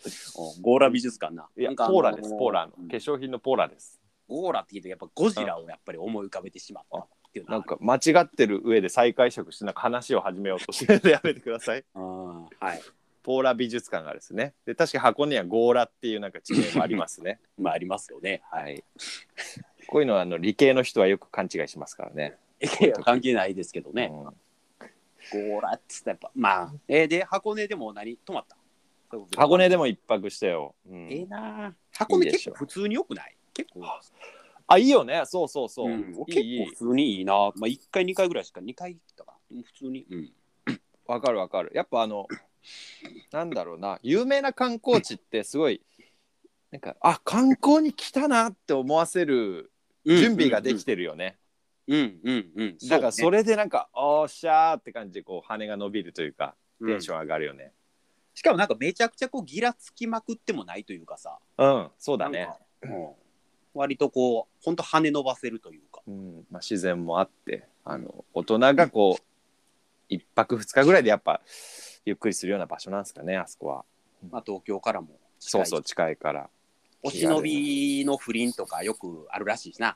[SPEAKER 2] うんゴーラ美術館な。
[SPEAKER 1] いや
[SPEAKER 2] なん
[SPEAKER 1] ポ
[SPEAKER 2] かあの
[SPEAKER 1] ーラですポーラの化
[SPEAKER 2] うん
[SPEAKER 1] 粧品のポーラです
[SPEAKER 2] ゴーラって聞いて、やっぱゴジラをやっぱり思い浮かべてしまったっていうの
[SPEAKER 1] な
[SPEAKER 2] は
[SPEAKER 1] ん
[SPEAKER 2] あ
[SPEAKER 1] か
[SPEAKER 2] る
[SPEAKER 1] 間違ってる上で再解釈してなんか話を始めようとしてやめてください
[SPEAKER 2] *laughs* うんはい。
[SPEAKER 1] ポーラ美術館がですねで確か箱根にはゴーラっていうなんか地名もありますね
[SPEAKER 2] *laughs* まあ、ありますよね。はい
[SPEAKER 1] こういうのはあの理系の人はよく勘違いしますからね
[SPEAKER 2] いや *laughs* 関係ないですけどね。
[SPEAKER 1] うん
[SPEAKER 2] ゴーラッツってやっぱ。まあ、えーで、箱根でも何泊まったそういうことで
[SPEAKER 1] 箱根でも一泊したよ、うん
[SPEAKER 2] ええなあ箱根
[SPEAKER 1] いいでし
[SPEAKER 2] 結
[SPEAKER 1] ょ
[SPEAKER 2] 構普通に良くない結構。
[SPEAKER 1] あいいよねそうそうそう、
[SPEAKER 2] うん結構
[SPEAKER 1] いいいい
[SPEAKER 2] 普通にいいな。まあ、1回、2回ぐらいしか、2回行ったか。うん普通に。うん。
[SPEAKER 1] わかるわかるやっぱあのなんだろうな有名な観光地ってすごいなんかあ観光に来たなって思わせる準備ができてるよね、
[SPEAKER 2] うんうんうん。
[SPEAKER 1] だからそ
[SPEAKER 2] れ、
[SPEAKER 1] れでなんか、おーしゃーって感じでこう羽が伸びるというか
[SPEAKER 2] うん
[SPEAKER 1] テンション上がるよね
[SPEAKER 2] しかもなんかめちゃくちゃこうギラつきまくってもないというかさ。
[SPEAKER 1] うん、そうだね
[SPEAKER 2] なんか。うん割とこう、ほんと羽伸ばせるというか。
[SPEAKER 1] うんまあ、自然もあってあの大人がこう一泊二日ぐらいでやっぱゆっくりするような場所なんですかねあそこは
[SPEAKER 2] まあ、東京からも近
[SPEAKER 1] そ
[SPEAKER 2] いうし。
[SPEAKER 1] そう近いから
[SPEAKER 2] お忍びの不倫とかよくあるらしいしな。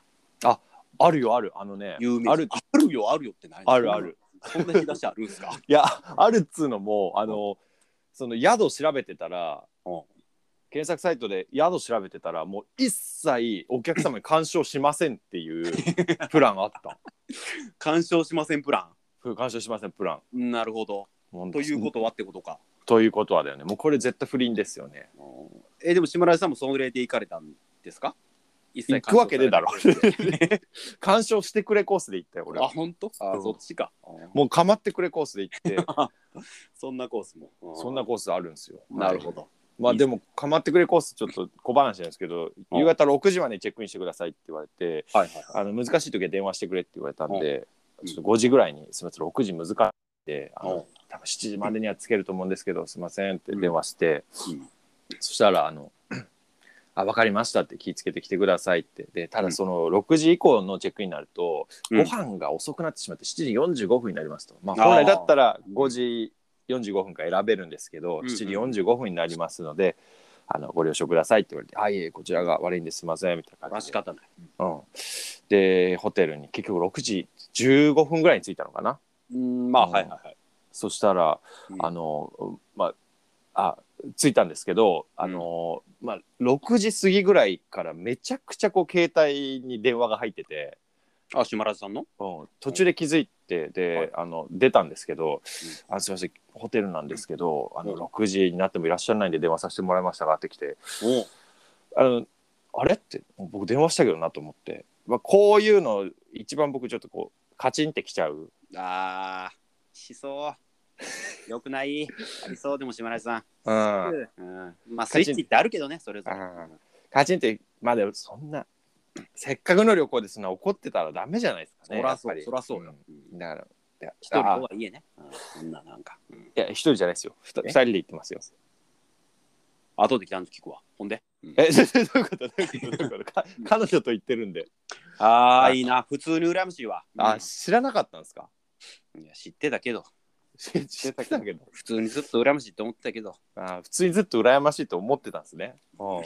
[SPEAKER 1] あるよあるあのね
[SPEAKER 2] 有名
[SPEAKER 1] ある
[SPEAKER 2] あるよ、あるよって何
[SPEAKER 1] あるある。
[SPEAKER 2] そんな引き出しある
[SPEAKER 1] *laughs*
[SPEAKER 2] んすか
[SPEAKER 1] いやあるっつうのもあの、その宿調べてたら、
[SPEAKER 2] うん
[SPEAKER 1] 検索サイトで宿調べてたらもう一切お客様に干渉しませんっていう
[SPEAKER 2] *laughs*
[SPEAKER 1] プランあった
[SPEAKER 2] 干渉しませんプラ
[SPEAKER 1] うん干渉しませんプラン
[SPEAKER 2] ン。なるほど。
[SPEAKER 1] 本当
[SPEAKER 2] ということはってことか。
[SPEAKER 1] ということはだよねもうこれ絶対不倫ですよね
[SPEAKER 2] え、でも島田さんもその例で行かれたんですか一
[SPEAKER 1] 行くわけねえだろ
[SPEAKER 2] 干渉されない
[SPEAKER 1] 干渉してくれコースで行ったよ *laughs* 俺
[SPEAKER 2] あ、
[SPEAKER 1] は
[SPEAKER 2] 本当あ、
[SPEAKER 1] うん
[SPEAKER 2] そっちか。
[SPEAKER 1] もう構ってくれコースで行
[SPEAKER 2] *laughs*
[SPEAKER 1] って
[SPEAKER 2] そんなコースも。
[SPEAKER 1] そんなコースあるんですよ
[SPEAKER 2] なるほど。
[SPEAKER 1] まあでも構ってくれコースちょっと小話なんですけど
[SPEAKER 2] うん
[SPEAKER 1] 夕方6時までにチェックインしてくださいって言われて
[SPEAKER 2] はいはいはい。
[SPEAKER 1] あの難しい時は電話してくれって言われたんで、
[SPEAKER 2] うん
[SPEAKER 1] ちょっと5時ぐらいに「すみません6時難しいんであの、
[SPEAKER 2] うん
[SPEAKER 1] 多分7時までにはつけると思うんですけどすみません」って電話して、
[SPEAKER 2] うん
[SPEAKER 1] そしたらあの *clears throat* 「あ分かりました」って気ぃつけてきてくださいってでただその6時以降のチェックインになると、
[SPEAKER 2] う
[SPEAKER 1] ご
[SPEAKER 2] ん
[SPEAKER 1] 飯が遅くなってしまって7時45分になりますと、まあ、
[SPEAKER 2] あー
[SPEAKER 1] 本来だったら5時45分から選べるんですけど、
[SPEAKER 2] うん
[SPEAKER 1] 7時45分になりますので。あのご了承くださいって言われて「あいえこちらが悪いんですいません」みたいな感
[SPEAKER 2] ま
[SPEAKER 1] じ
[SPEAKER 2] 仕
[SPEAKER 1] で
[SPEAKER 2] 方ない。
[SPEAKER 1] うん、でホテルに結局6時15分ぐらいに着いたのかな
[SPEAKER 2] うん、まあ、はいはいはい。
[SPEAKER 1] そしたら、
[SPEAKER 2] うん
[SPEAKER 1] あのまああ着いたんですけどあの、まあ、6時過ぎぐらいからめちゃくちゃこう携帯に電話が入ってて、
[SPEAKER 2] あ、島田さんの
[SPEAKER 1] うん、途中で気づいてで、
[SPEAKER 2] はい
[SPEAKER 1] あの出たんですけど「あすいませんホテルなんですけどあの
[SPEAKER 2] うん
[SPEAKER 1] 6時になってもいらっしゃらないんで電話させてもらいましたが」って来て
[SPEAKER 2] おう
[SPEAKER 1] あのあれって僕電話したけどなと思って、まあ、こういうの一番僕ちょっとこうカチンってきちゃう
[SPEAKER 2] あー、しそう。よくない。ありそう、でも島田さん。
[SPEAKER 1] うん
[SPEAKER 2] うん、まあ、スイッチってあるけどね、それぞれ。
[SPEAKER 1] うんカチンってまあでもそんなせっかくの旅行でそんな怒ってたらダメじゃないですか
[SPEAKER 2] そ
[SPEAKER 1] ね
[SPEAKER 2] らそ
[SPEAKER 1] やっぱ
[SPEAKER 2] う、
[SPEAKER 1] り
[SPEAKER 2] そらそうよ。うん
[SPEAKER 1] うんだからいや
[SPEAKER 2] 一人と
[SPEAKER 1] あい
[SPEAKER 2] はいえね。うんそんな、なんか。うん
[SPEAKER 1] や一人じゃないですよふた
[SPEAKER 2] え
[SPEAKER 1] 二人で行ってますよ
[SPEAKER 2] 後でちゃんと聞くわ。ほんで。うん
[SPEAKER 1] え *laughs* どういうことどういうことどういうことか彼女と行ってるんで
[SPEAKER 2] ああ、いいな。普通に羨ましいわ。
[SPEAKER 1] あ知らなかったんですか
[SPEAKER 2] うんいや知ってたけど、
[SPEAKER 1] 知知ってたけど
[SPEAKER 2] 普通にずっと羨ましいと思ってたけど。
[SPEAKER 1] あ普通にずっと羨ましいと思ってたんですねうん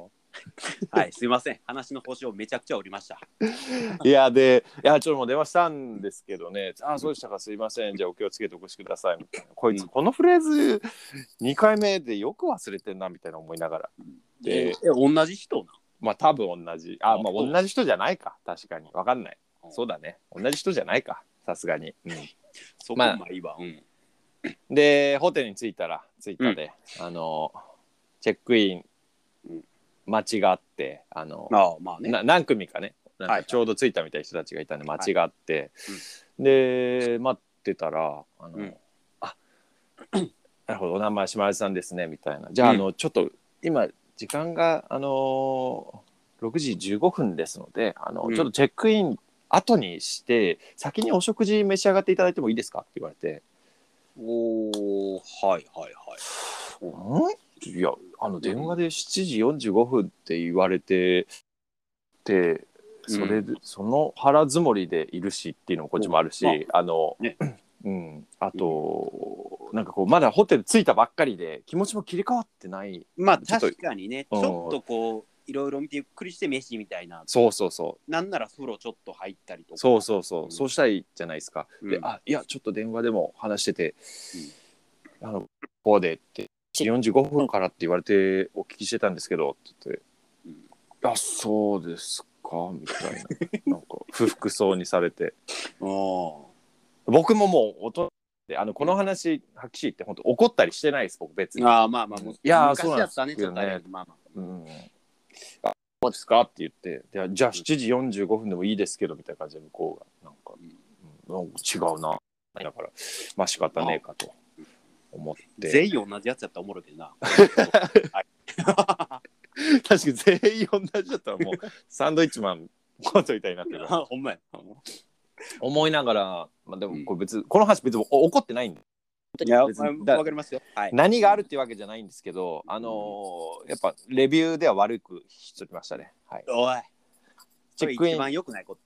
[SPEAKER 2] はい、すいません。話の腰をめちゃくちゃ折りました。
[SPEAKER 1] いやでいやちょっともう電話したんですけどね「あそうでしたかすいませんじゃあお気をつけてお越しください」みたいなこいつこのフレーズ2回目でよく忘れてんなみたいな思いながらで
[SPEAKER 2] え、え同じ人な。
[SPEAKER 1] まあ多分同じあまあ
[SPEAKER 2] そう
[SPEAKER 1] 同じ人じゃないか確かにわかんない
[SPEAKER 2] うん
[SPEAKER 1] そうだね同じ人じゃないかさすがに、
[SPEAKER 2] そこ
[SPEAKER 1] まあ
[SPEAKER 2] まあいいわ。うん。
[SPEAKER 1] でホテルに着いたら着いたで、あのチェックイン
[SPEAKER 2] うん
[SPEAKER 1] 待ちがあってあの
[SPEAKER 2] ああ、まあね。
[SPEAKER 1] な何組かねなん
[SPEAKER 2] はいは
[SPEAKER 1] か
[SPEAKER 2] い
[SPEAKER 1] ちょうど着いたみたいな人たちがいたんで待ちがあって、で待ってたら「あの
[SPEAKER 2] うん
[SPEAKER 1] あ *clears throat* なるほどお名前島田さんですね」みたいな「じゃあ,、
[SPEAKER 2] うん
[SPEAKER 1] あのちょっと今時間が、あのー6時15分ですのであの、
[SPEAKER 2] うん
[SPEAKER 1] ちょっとチェックイン後にして先にお食事召し上がっていただいてもいいですか?」って言われて
[SPEAKER 2] おお、はいはいは
[SPEAKER 1] 「
[SPEAKER 2] い。
[SPEAKER 1] んいやあの電話で7時45分って言われてでそれで、その腹積もりでいるしっていうのもこっちもあるし、
[SPEAKER 2] ま
[SPEAKER 1] あ、の、
[SPEAKER 2] ね
[SPEAKER 1] *clears throat* うんあと、なんかこうまだホテル着いたばっかりで気持ちも切り替わってない
[SPEAKER 2] まあ
[SPEAKER 1] ちょっと
[SPEAKER 2] 確かにね、ち
[SPEAKER 1] うん
[SPEAKER 2] ょっとこう、いろいろ見てゆっくりして飯みたいな、
[SPEAKER 1] そうそうそ
[SPEAKER 2] なんなら風呂ちょっと入ったりと
[SPEAKER 1] う
[SPEAKER 2] か。
[SPEAKER 1] そうそうそう、
[SPEAKER 2] うん
[SPEAKER 1] そうしたいじゃないですか、
[SPEAKER 2] うん
[SPEAKER 1] であいやちょっと電話でも話してて、あのこうでって45分からって言われてお聞きしてたんですけどって言って
[SPEAKER 2] うん
[SPEAKER 1] あそうですかかみたいな *laughs* なんか不服そうにされて
[SPEAKER 2] お
[SPEAKER 1] 僕ももう大人であのこの話はっきり言って本当怒ったりしてないです僕別
[SPEAKER 2] ー
[SPEAKER 1] に。
[SPEAKER 2] ああ、まあまあ、もう
[SPEAKER 1] いやー
[SPEAKER 2] 昔やったね、ち
[SPEAKER 1] そ
[SPEAKER 2] ょ
[SPEAKER 1] う
[SPEAKER 2] っ
[SPEAKER 1] なんですよ
[SPEAKER 2] とあ
[SPEAKER 1] ね
[SPEAKER 2] れやけどまあまあ。
[SPEAKER 1] うん、あどうですかって言ってじゃあじゃあ7時45分でもいいですけどみたいな感じで向こうがなんか、うんなんか違うなだからまあ仕方ねえかと思って
[SPEAKER 2] 全員同じやつやったらおもろいけどな。 *laughs*
[SPEAKER 1] 確かに全員同じだったら *laughs* もうサンドイッチマンことみたいになってる
[SPEAKER 2] ほんまや。
[SPEAKER 1] *laughs* 思いながら、まあ、でもこれ別、この話別にお怒ってないんで
[SPEAKER 2] いや、
[SPEAKER 1] 別
[SPEAKER 2] まあ
[SPEAKER 1] にだ
[SPEAKER 2] わかりますよ。はい。
[SPEAKER 1] 何があるっていうわけじゃないんですけどあのーやっぱレビューでは悪くしときましたね、はい、
[SPEAKER 2] おい。
[SPEAKER 1] チ
[SPEAKER 2] チ
[SPEAKER 1] ェ
[SPEAKER 2] ェ
[SPEAKER 1] ックイン
[SPEAKER 2] 一番良くない *laughs* こと。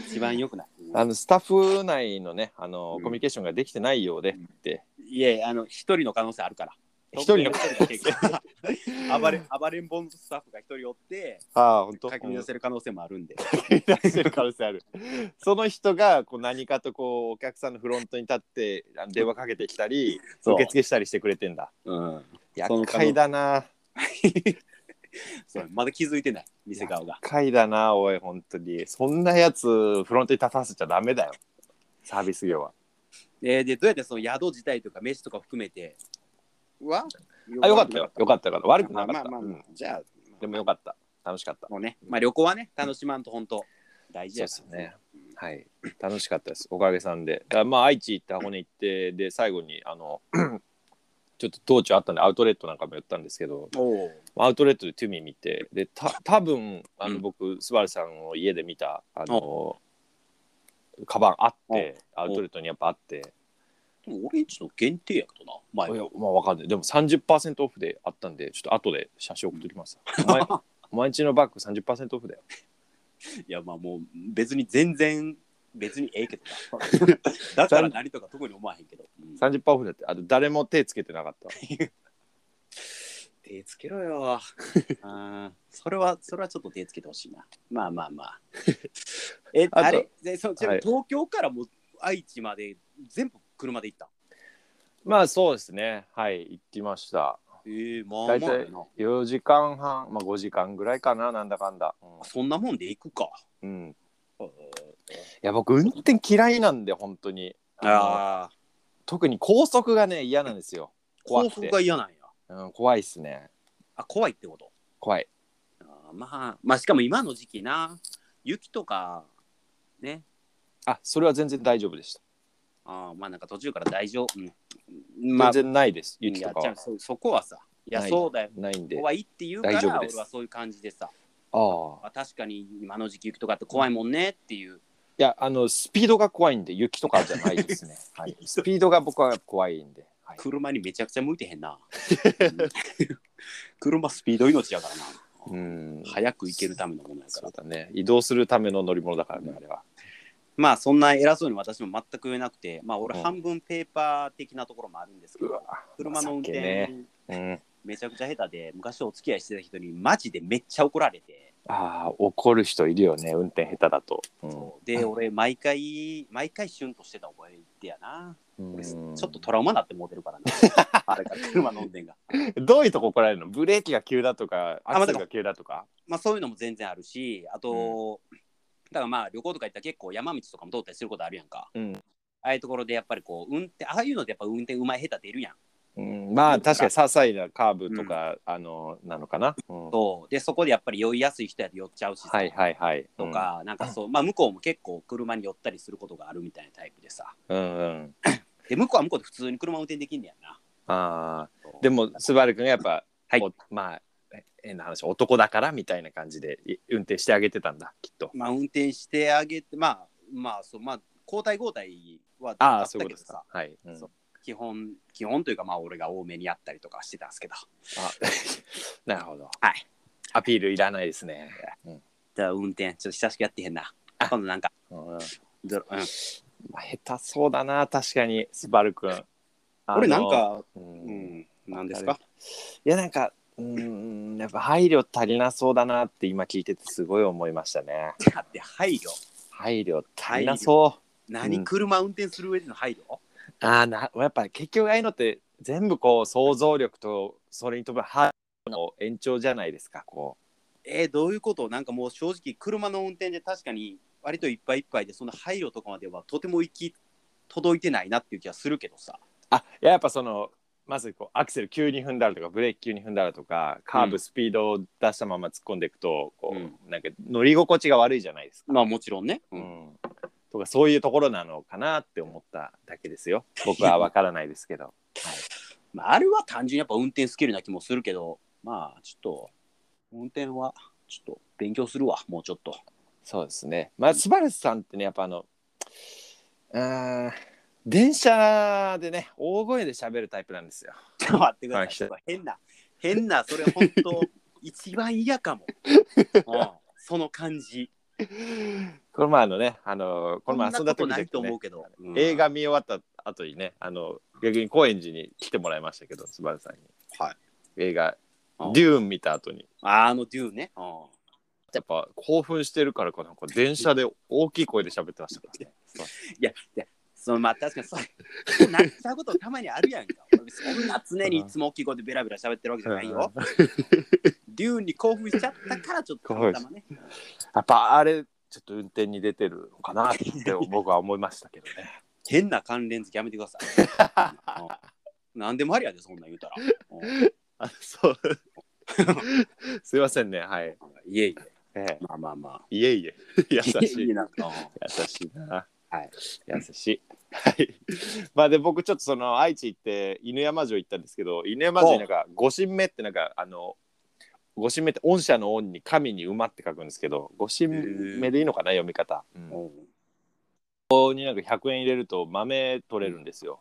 [SPEAKER 2] 一番良くない。
[SPEAKER 1] あのスタッフ内のね、あのー
[SPEAKER 2] うん
[SPEAKER 1] コミュニケーションができてないようでって、
[SPEAKER 2] いやいや、あの、一人の可能性あるから。
[SPEAKER 1] 一人の
[SPEAKER 2] の *laughs* 暴れ暴れん坊のスタッフが一人おって、
[SPEAKER 1] ああ本
[SPEAKER 2] 書き乱せる可能性もあるんで。
[SPEAKER 1] せる可能性ある *laughs* その人がこう何かとこうお客さんのフロントに立ってあの電話かけてきたり
[SPEAKER 2] そう
[SPEAKER 1] 受付したりしてくれてんだ
[SPEAKER 2] うん。
[SPEAKER 1] 厄介だな
[SPEAKER 2] そうまだ気づいてない、店側が。
[SPEAKER 1] 厄介だなおい本当にそんなやつフロントに立たせちゃダメだよサービス業は
[SPEAKER 2] えー、で、どうやってその宿自体とか飯とか含めて。は
[SPEAKER 1] あよかったよよかったよかった悪くなか
[SPEAKER 2] ま
[SPEAKER 1] っ
[SPEAKER 2] あ
[SPEAKER 1] た
[SPEAKER 2] まあ
[SPEAKER 1] う
[SPEAKER 2] ま
[SPEAKER 1] ん
[SPEAKER 2] あ、じゃあ、
[SPEAKER 1] でもよかった楽しかった
[SPEAKER 2] もうね、まあ旅行はね、楽しまんと本当大事や
[SPEAKER 1] そう
[SPEAKER 2] か
[SPEAKER 1] で
[SPEAKER 2] ら
[SPEAKER 1] すね。はい楽しかったですおかげさんであまあ愛知行って箱根行ってで最後にあの *clears throat* ちょっと道中あったんでアウトレットなんかも寄ったんですけど
[SPEAKER 2] おお。
[SPEAKER 1] アウトレットでトゥミ見てでた多分あの、
[SPEAKER 2] うん
[SPEAKER 1] 僕スバルさんの家で見たあのカバンあってアウトレットにやっぱあって
[SPEAKER 2] でもオレンジの限定やけどな、前
[SPEAKER 1] いや
[SPEAKER 2] は。
[SPEAKER 1] まあわかんないでも30%オフであったんでちょっと後で写真送っておき
[SPEAKER 2] *laughs*
[SPEAKER 1] ます、お前お前んちのバッグ30%オフだよ
[SPEAKER 2] いや、まあもう別に全然、別にええけど
[SPEAKER 1] *laughs*
[SPEAKER 2] な。だから何とか特に思わへんけど。うん
[SPEAKER 1] 30%オフだってあと誰も手つけてなかった
[SPEAKER 2] 手つけろ *laughs* よ。あーそれは、それはちょっと手つけてほしいな。まあまあま *laughs* あ。え、
[SPEAKER 1] あと
[SPEAKER 2] あれでそち
[SPEAKER 1] は
[SPEAKER 2] なみ
[SPEAKER 1] い
[SPEAKER 2] に東京からもう愛知まで全部車で行った。
[SPEAKER 1] まあそうですねはい行きました
[SPEAKER 2] ええまあまあやな。
[SPEAKER 1] 4時間半まあ5時間ぐらいかななんだかんだ
[SPEAKER 2] そんなもんで行くか。
[SPEAKER 1] うん、うん、いや僕運転嫌いなんで本当にの
[SPEAKER 2] ああ、
[SPEAKER 1] 特に高速がね嫌なんですよ怖
[SPEAKER 2] 高
[SPEAKER 1] く
[SPEAKER 2] 速
[SPEAKER 1] て
[SPEAKER 2] が嫌なんや。
[SPEAKER 1] うん、怖いっすね
[SPEAKER 2] あ、怖いってこと
[SPEAKER 1] 怖い
[SPEAKER 2] あーまあ、まあしかも今の時期な、雪とか、ね、
[SPEAKER 1] あそれは全然大丈夫でした、
[SPEAKER 2] あーまあなんか途中から大丈夫。うん、まあ、
[SPEAKER 1] 全然ないです
[SPEAKER 2] うん
[SPEAKER 1] 雪
[SPEAKER 2] い
[SPEAKER 1] と
[SPEAKER 2] や
[SPEAKER 1] か
[SPEAKER 2] じゃ
[SPEAKER 1] は
[SPEAKER 2] あそそこはさ、いや、
[SPEAKER 1] ない
[SPEAKER 2] そうだよ。
[SPEAKER 1] ないんで
[SPEAKER 2] 怖いって言うから
[SPEAKER 1] 大丈夫です
[SPEAKER 2] 俺はそういう感じでさ
[SPEAKER 1] ああ
[SPEAKER 2] あ確かに今の時期雪とかって怖いもんねっていう
[SPEAKER 1] いやあのスピードが怖いんで雪とかじゃないです
[SPEAKER 2] *laughs*
[SPEAKER 1] ね、はい、スピードが僕は怖いんで、はい、
[SPEAKER 2] 車にめちゃくちゃ向いてへんな *laughs* 車スピード命やからな
[SPEAKER 1] うん
[SPEAKER 2] 早く行けるためのものやか
[SPEAKER 1] そ
[SPEAKER 2] ら
[SPEAKER 1] うだね移動するための乗り物だからねあれは
[SPEAKER 2] まあそんな偉そうに私も全く言えなくてまあ俺
[SPEAKER 1] うん
[SPEAKER 2] 半分ペーパー的なところもあるんですけど、車の運
[SPEAKER 1] 情けね
[SPEAKER 2] 転
[SPEAKER 1] うん
[SPEAKER 2] めちゃくちゃ下手で昔お付き合いしてた人にマジでめっちゃ怒られて、
[SPEAKER 1] ああ怒る人いるよね運転下手だと、
[SPEAKER 2] そうで俺毎回毎回シュンとしてた覚えてやな
[SPEAKER 1] うん
[SPEAKER 2] 俺ち
[SPEAKER 1] うん
[SPEAKER 2] ょっとトラウマになってモてる
[SPEAKER 1] *laughs*
[SPEAKER 2] からなあれから車の運転が
[SPEAKER 1] どういうとこ怒られるのブレーキが急だとか
[SPEAKER 2] あ
[SPEAKER 1] アクセ
[SPEAKER 2] ま
[SPEAKER 1] ル
[SPEAKER 2] あ
[SPEAKER 1] が急だとか
[SPEAKER 2] まあそういうのも全然あるしあと、だからまあ旅行とか行ったら結構山道とかも通ったりすることあるやんか
[SPEAKER 1] うん、
[SPEAKER 2] ああいうところでやっぱりこう運転ああいうのでやっぱ運転うまい下手出るやん
[SPEAKER 1] うん、まあ確かに些細なカーブとか、あのなのかな、うん
[SPEAKER 2] そうでそこでやっぱり酔いやすい人やと酔っちゃうしさ、
[SPEAKER 1] はいはいはい。
[SPEAKER 2] とか、なんかそうまあ向こうも結構車に寄ったりすることがあるみたいなタイプでさ
[SPEAKER 1] うん。うんうん。
[SPEAKER 2] で向こうは向こうで普通に車運転できんねやんな
[SPEAKER 1] ああ。でも、スバル君がやっぱ、
[SPEAKER 2] はい
[SPEAKER 1] おまあ、え変な話、男だからみたいな感じでい運転してあげてたんだ、きっと。
[SPEAKER 2] まあ運転してあげてまあまあそうまあ交代交代は
[SPEAKER 1] あ
[SPEAKER 2] あ
[SPEAKER 1] あ、
[SPEAKER 2] っ
[SPEAKER 1] そうい
[SPEAKER 2] た
[SPEAKER 1] う
[SPEAKER 2] け
[SPEAKER 1] ことで
[SPEAKER 2] ど
[SPEAKER 1] す
[SPEAKER 2] さ
[SPEAKER 1] か。はい。うん
[SPEAKER 2] そう基本基本というかまあ俺が多めにやったりとかしてたんですけど
[SPEAKER 1] あ *laughs* なるほど。
[SPEAKER 2] はい。
[SPEAKER 1] アピールいらないですね。うん。
[SPEAKER 2] じゃあ運転ちょっと久しくやってへんな
[SPEAKER 1] あ
[SPEAKER 2] 今度なんか
[SPEAKER 1] うん
[SPEAKER 2] どうん
[SPEAKER 1] まあ、下手そうだな、確かに、スバル君。あの
[SPEAKER 2] 俺なん、か
[SPEAKER 1] う、
[SPEAKER 2] うん
[SPEAKER 1] い
[SPEAKER 2] んなんですか
[SPEAKER 1] や、なんか、うん、やっぱ配慮足りなそうだなって今聞いててすごい思いましたね。
[SPEAKER 2] だって配慮
[SPEAKER 1] 配慮足りなそう。う
[SPEAKER 2] 何
[SPEAKER 1] ん
[SPEAKER 2] 車運転する上での配慮
[SPEAKER 1] ああなやっぱ結局ああいうのって全部こう想像力とそれに伴うはの延長じゃないですかこ
[SPEAKER 2] えーどういうことなんかもう正直車の運転で確かに割といっぱいいっぱいでその配慮とかまではとても行き届いてないなっていう気はするけどさ
[SPEAKER 1] あいややっぱそのまずこうアクセル急に踏んだらとかブレーキ急に踏んだらとかカー
[SPEAKER 2] う
[SPEAKER 1] ブ
[SPEAKER 2] ん
[SPEAKER 1] スピードを出したまま突っ込んでいくとこう、
[SPEAKER 2] うん
[SPEAKER 1] なんか乗り心地が悪いじゃないですか。
[SPEAKER 2] まあもちろんね、う
[SPEAKER 1] うんんとかそういうところなのかなって思っただけですよ。僕は分からないですけど。
[SPEAKER 2] まあ、あれは単純にやっぱ運転スキルな気もするけどまあちょっと運転はちょっと勉強するわもうちょっと
[SPEAKER 1] そうですね。まあスバルさんってねやっぱあのうーん電車でね大声で喋るタイプなんですよ。
[SPEAKER 2] ちょっと待ってくだ
[SPEAKER 1] はい
[SPEAKER 2] さい。変な、変な、それ本当、一番嫌かも。うんその感じ。
[SPEAKER 1] この前あのねあのこの前遊んだ時
[SPEAKER 2] そ
[SPEAKER 1] だ
[SPEAKER 2] んなことな
[SPEAKER 1] け
[SPEAKER 2] いと
[SPEAKER 1] ね
[SPEAKER 2] 思うけど。うん
[SPEAKER 1] 映画見終わった後にねあの逆に高円寺に来てもらいましたけどスバルさんに、
[SPEAKER 2] はい、
[SPEAKER 1] 映画
[SPEAKER 2] う
[SPEAKER 1] 「
[SPEAKER 2] ん
[SPEAKER 1] デューン」見た後に
[SPEAKER 2] ああのデューね。うん
[SPEAKER 1] やっぱ興奮してるからかなんか電車で大きい声で喋ってましたからね
[SPEAKER 2] そのまあ確かにそう、なったことたまにあるやんか。そんな常にいつも大きい声でベラベラ喋ってるわけじゃないよ。デューに興奮しちゃったからちょっとたまたまね。
[SPEAKER 1] やっぱあれちょっと運転に出てるのかなって僕は思いましたけどね
[SPEAKER 2] *laughs* 変な関連付きやめてください。
[SPEAKER 1] *laughs*
[SPEAKER 2] うん何でもありやで、そんなん言うたら。うん
[SPEAKER 1] あそうすいませんねはい、
[SPEAKER 2] いえいえ。
[SPEAKER 1] ええ、
[SPEAKER 2] まあまあまあ。
[SPEAKER 1] いえい *laughs* え優しい
[SPEAKER 2] いええなんか。うん
[SPEAKER 1] 優しいな。
[SPEAKER 2] はい。
[SPEAKER 1] 優しい。はい。まあで僕ちょっとその愛知行って犬山城行ったんですけど犬山城になんか五神目ってなんかあの五神目って御社の御に神に馬って書くんですけど五神目でいいのかな読み方。こ
[SPEAKER 2] うん
[SPEAKER 1] こになんか100円入れると豆取れるんですよ。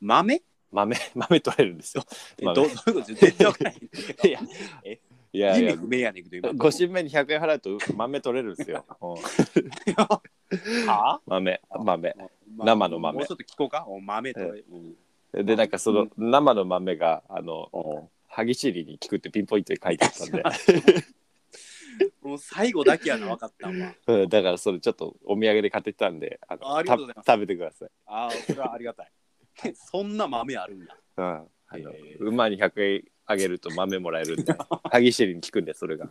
[SPEAKER 2] 豆
[SPEAKER 1] 豆豆取れるんですよ。
[SPEAKER 2] え
[SPEAKER 1] まあ
[SPEAKER 2] どどう *laughs* いうこと全然わかんないんだけ
[SPEAKER 1] *laughs*
[SPEAKER 2] ど。
[SPEAKER 1] いやいやい
[SPEAKER 2] 意
[SPEAKER 1] や
[SPEAKER 2] 味。不明やねんけど今。
[SPEAKER 1] 五神目に100円払うと豆取れるんですよ。うん
[SPEAKER 2] は
[SPEAKER 1] 豆豆。
[SPEAKER 2] ま
[SPEAKER 1] 生の豆
[SPEAKER 2] もうちょっと聞こうか。お豆と。
[SPEAKER 1] ええ
[SPEAKER 2] うん
[SPEAKER 1] でなんかその生の豆があの
[SPEAKER 2] も
[SPEAKER 1] 歯ぎしりに効くってピンポイントで書いてあった *laughs* んで。
[SPEAKER 2] う最後だけやな、わかったんは。
[SPEAKER 1] うん、だからそれちょっとお土産で買ってきたんであの
[SPEAKER 2] あありがとうございます
[SPEAKER 1] た食べてください、
[SPEAKER 2] ああ、それはありがたい。 *laughs* そんな豆あるんや。
[SPEAKER 1] うんあの
[SPEAKER 2] へえ
[SPEAKER 1] 馬に100円あげると豆もらえるん *laughs* で歯ぎしりに効くんでそれが、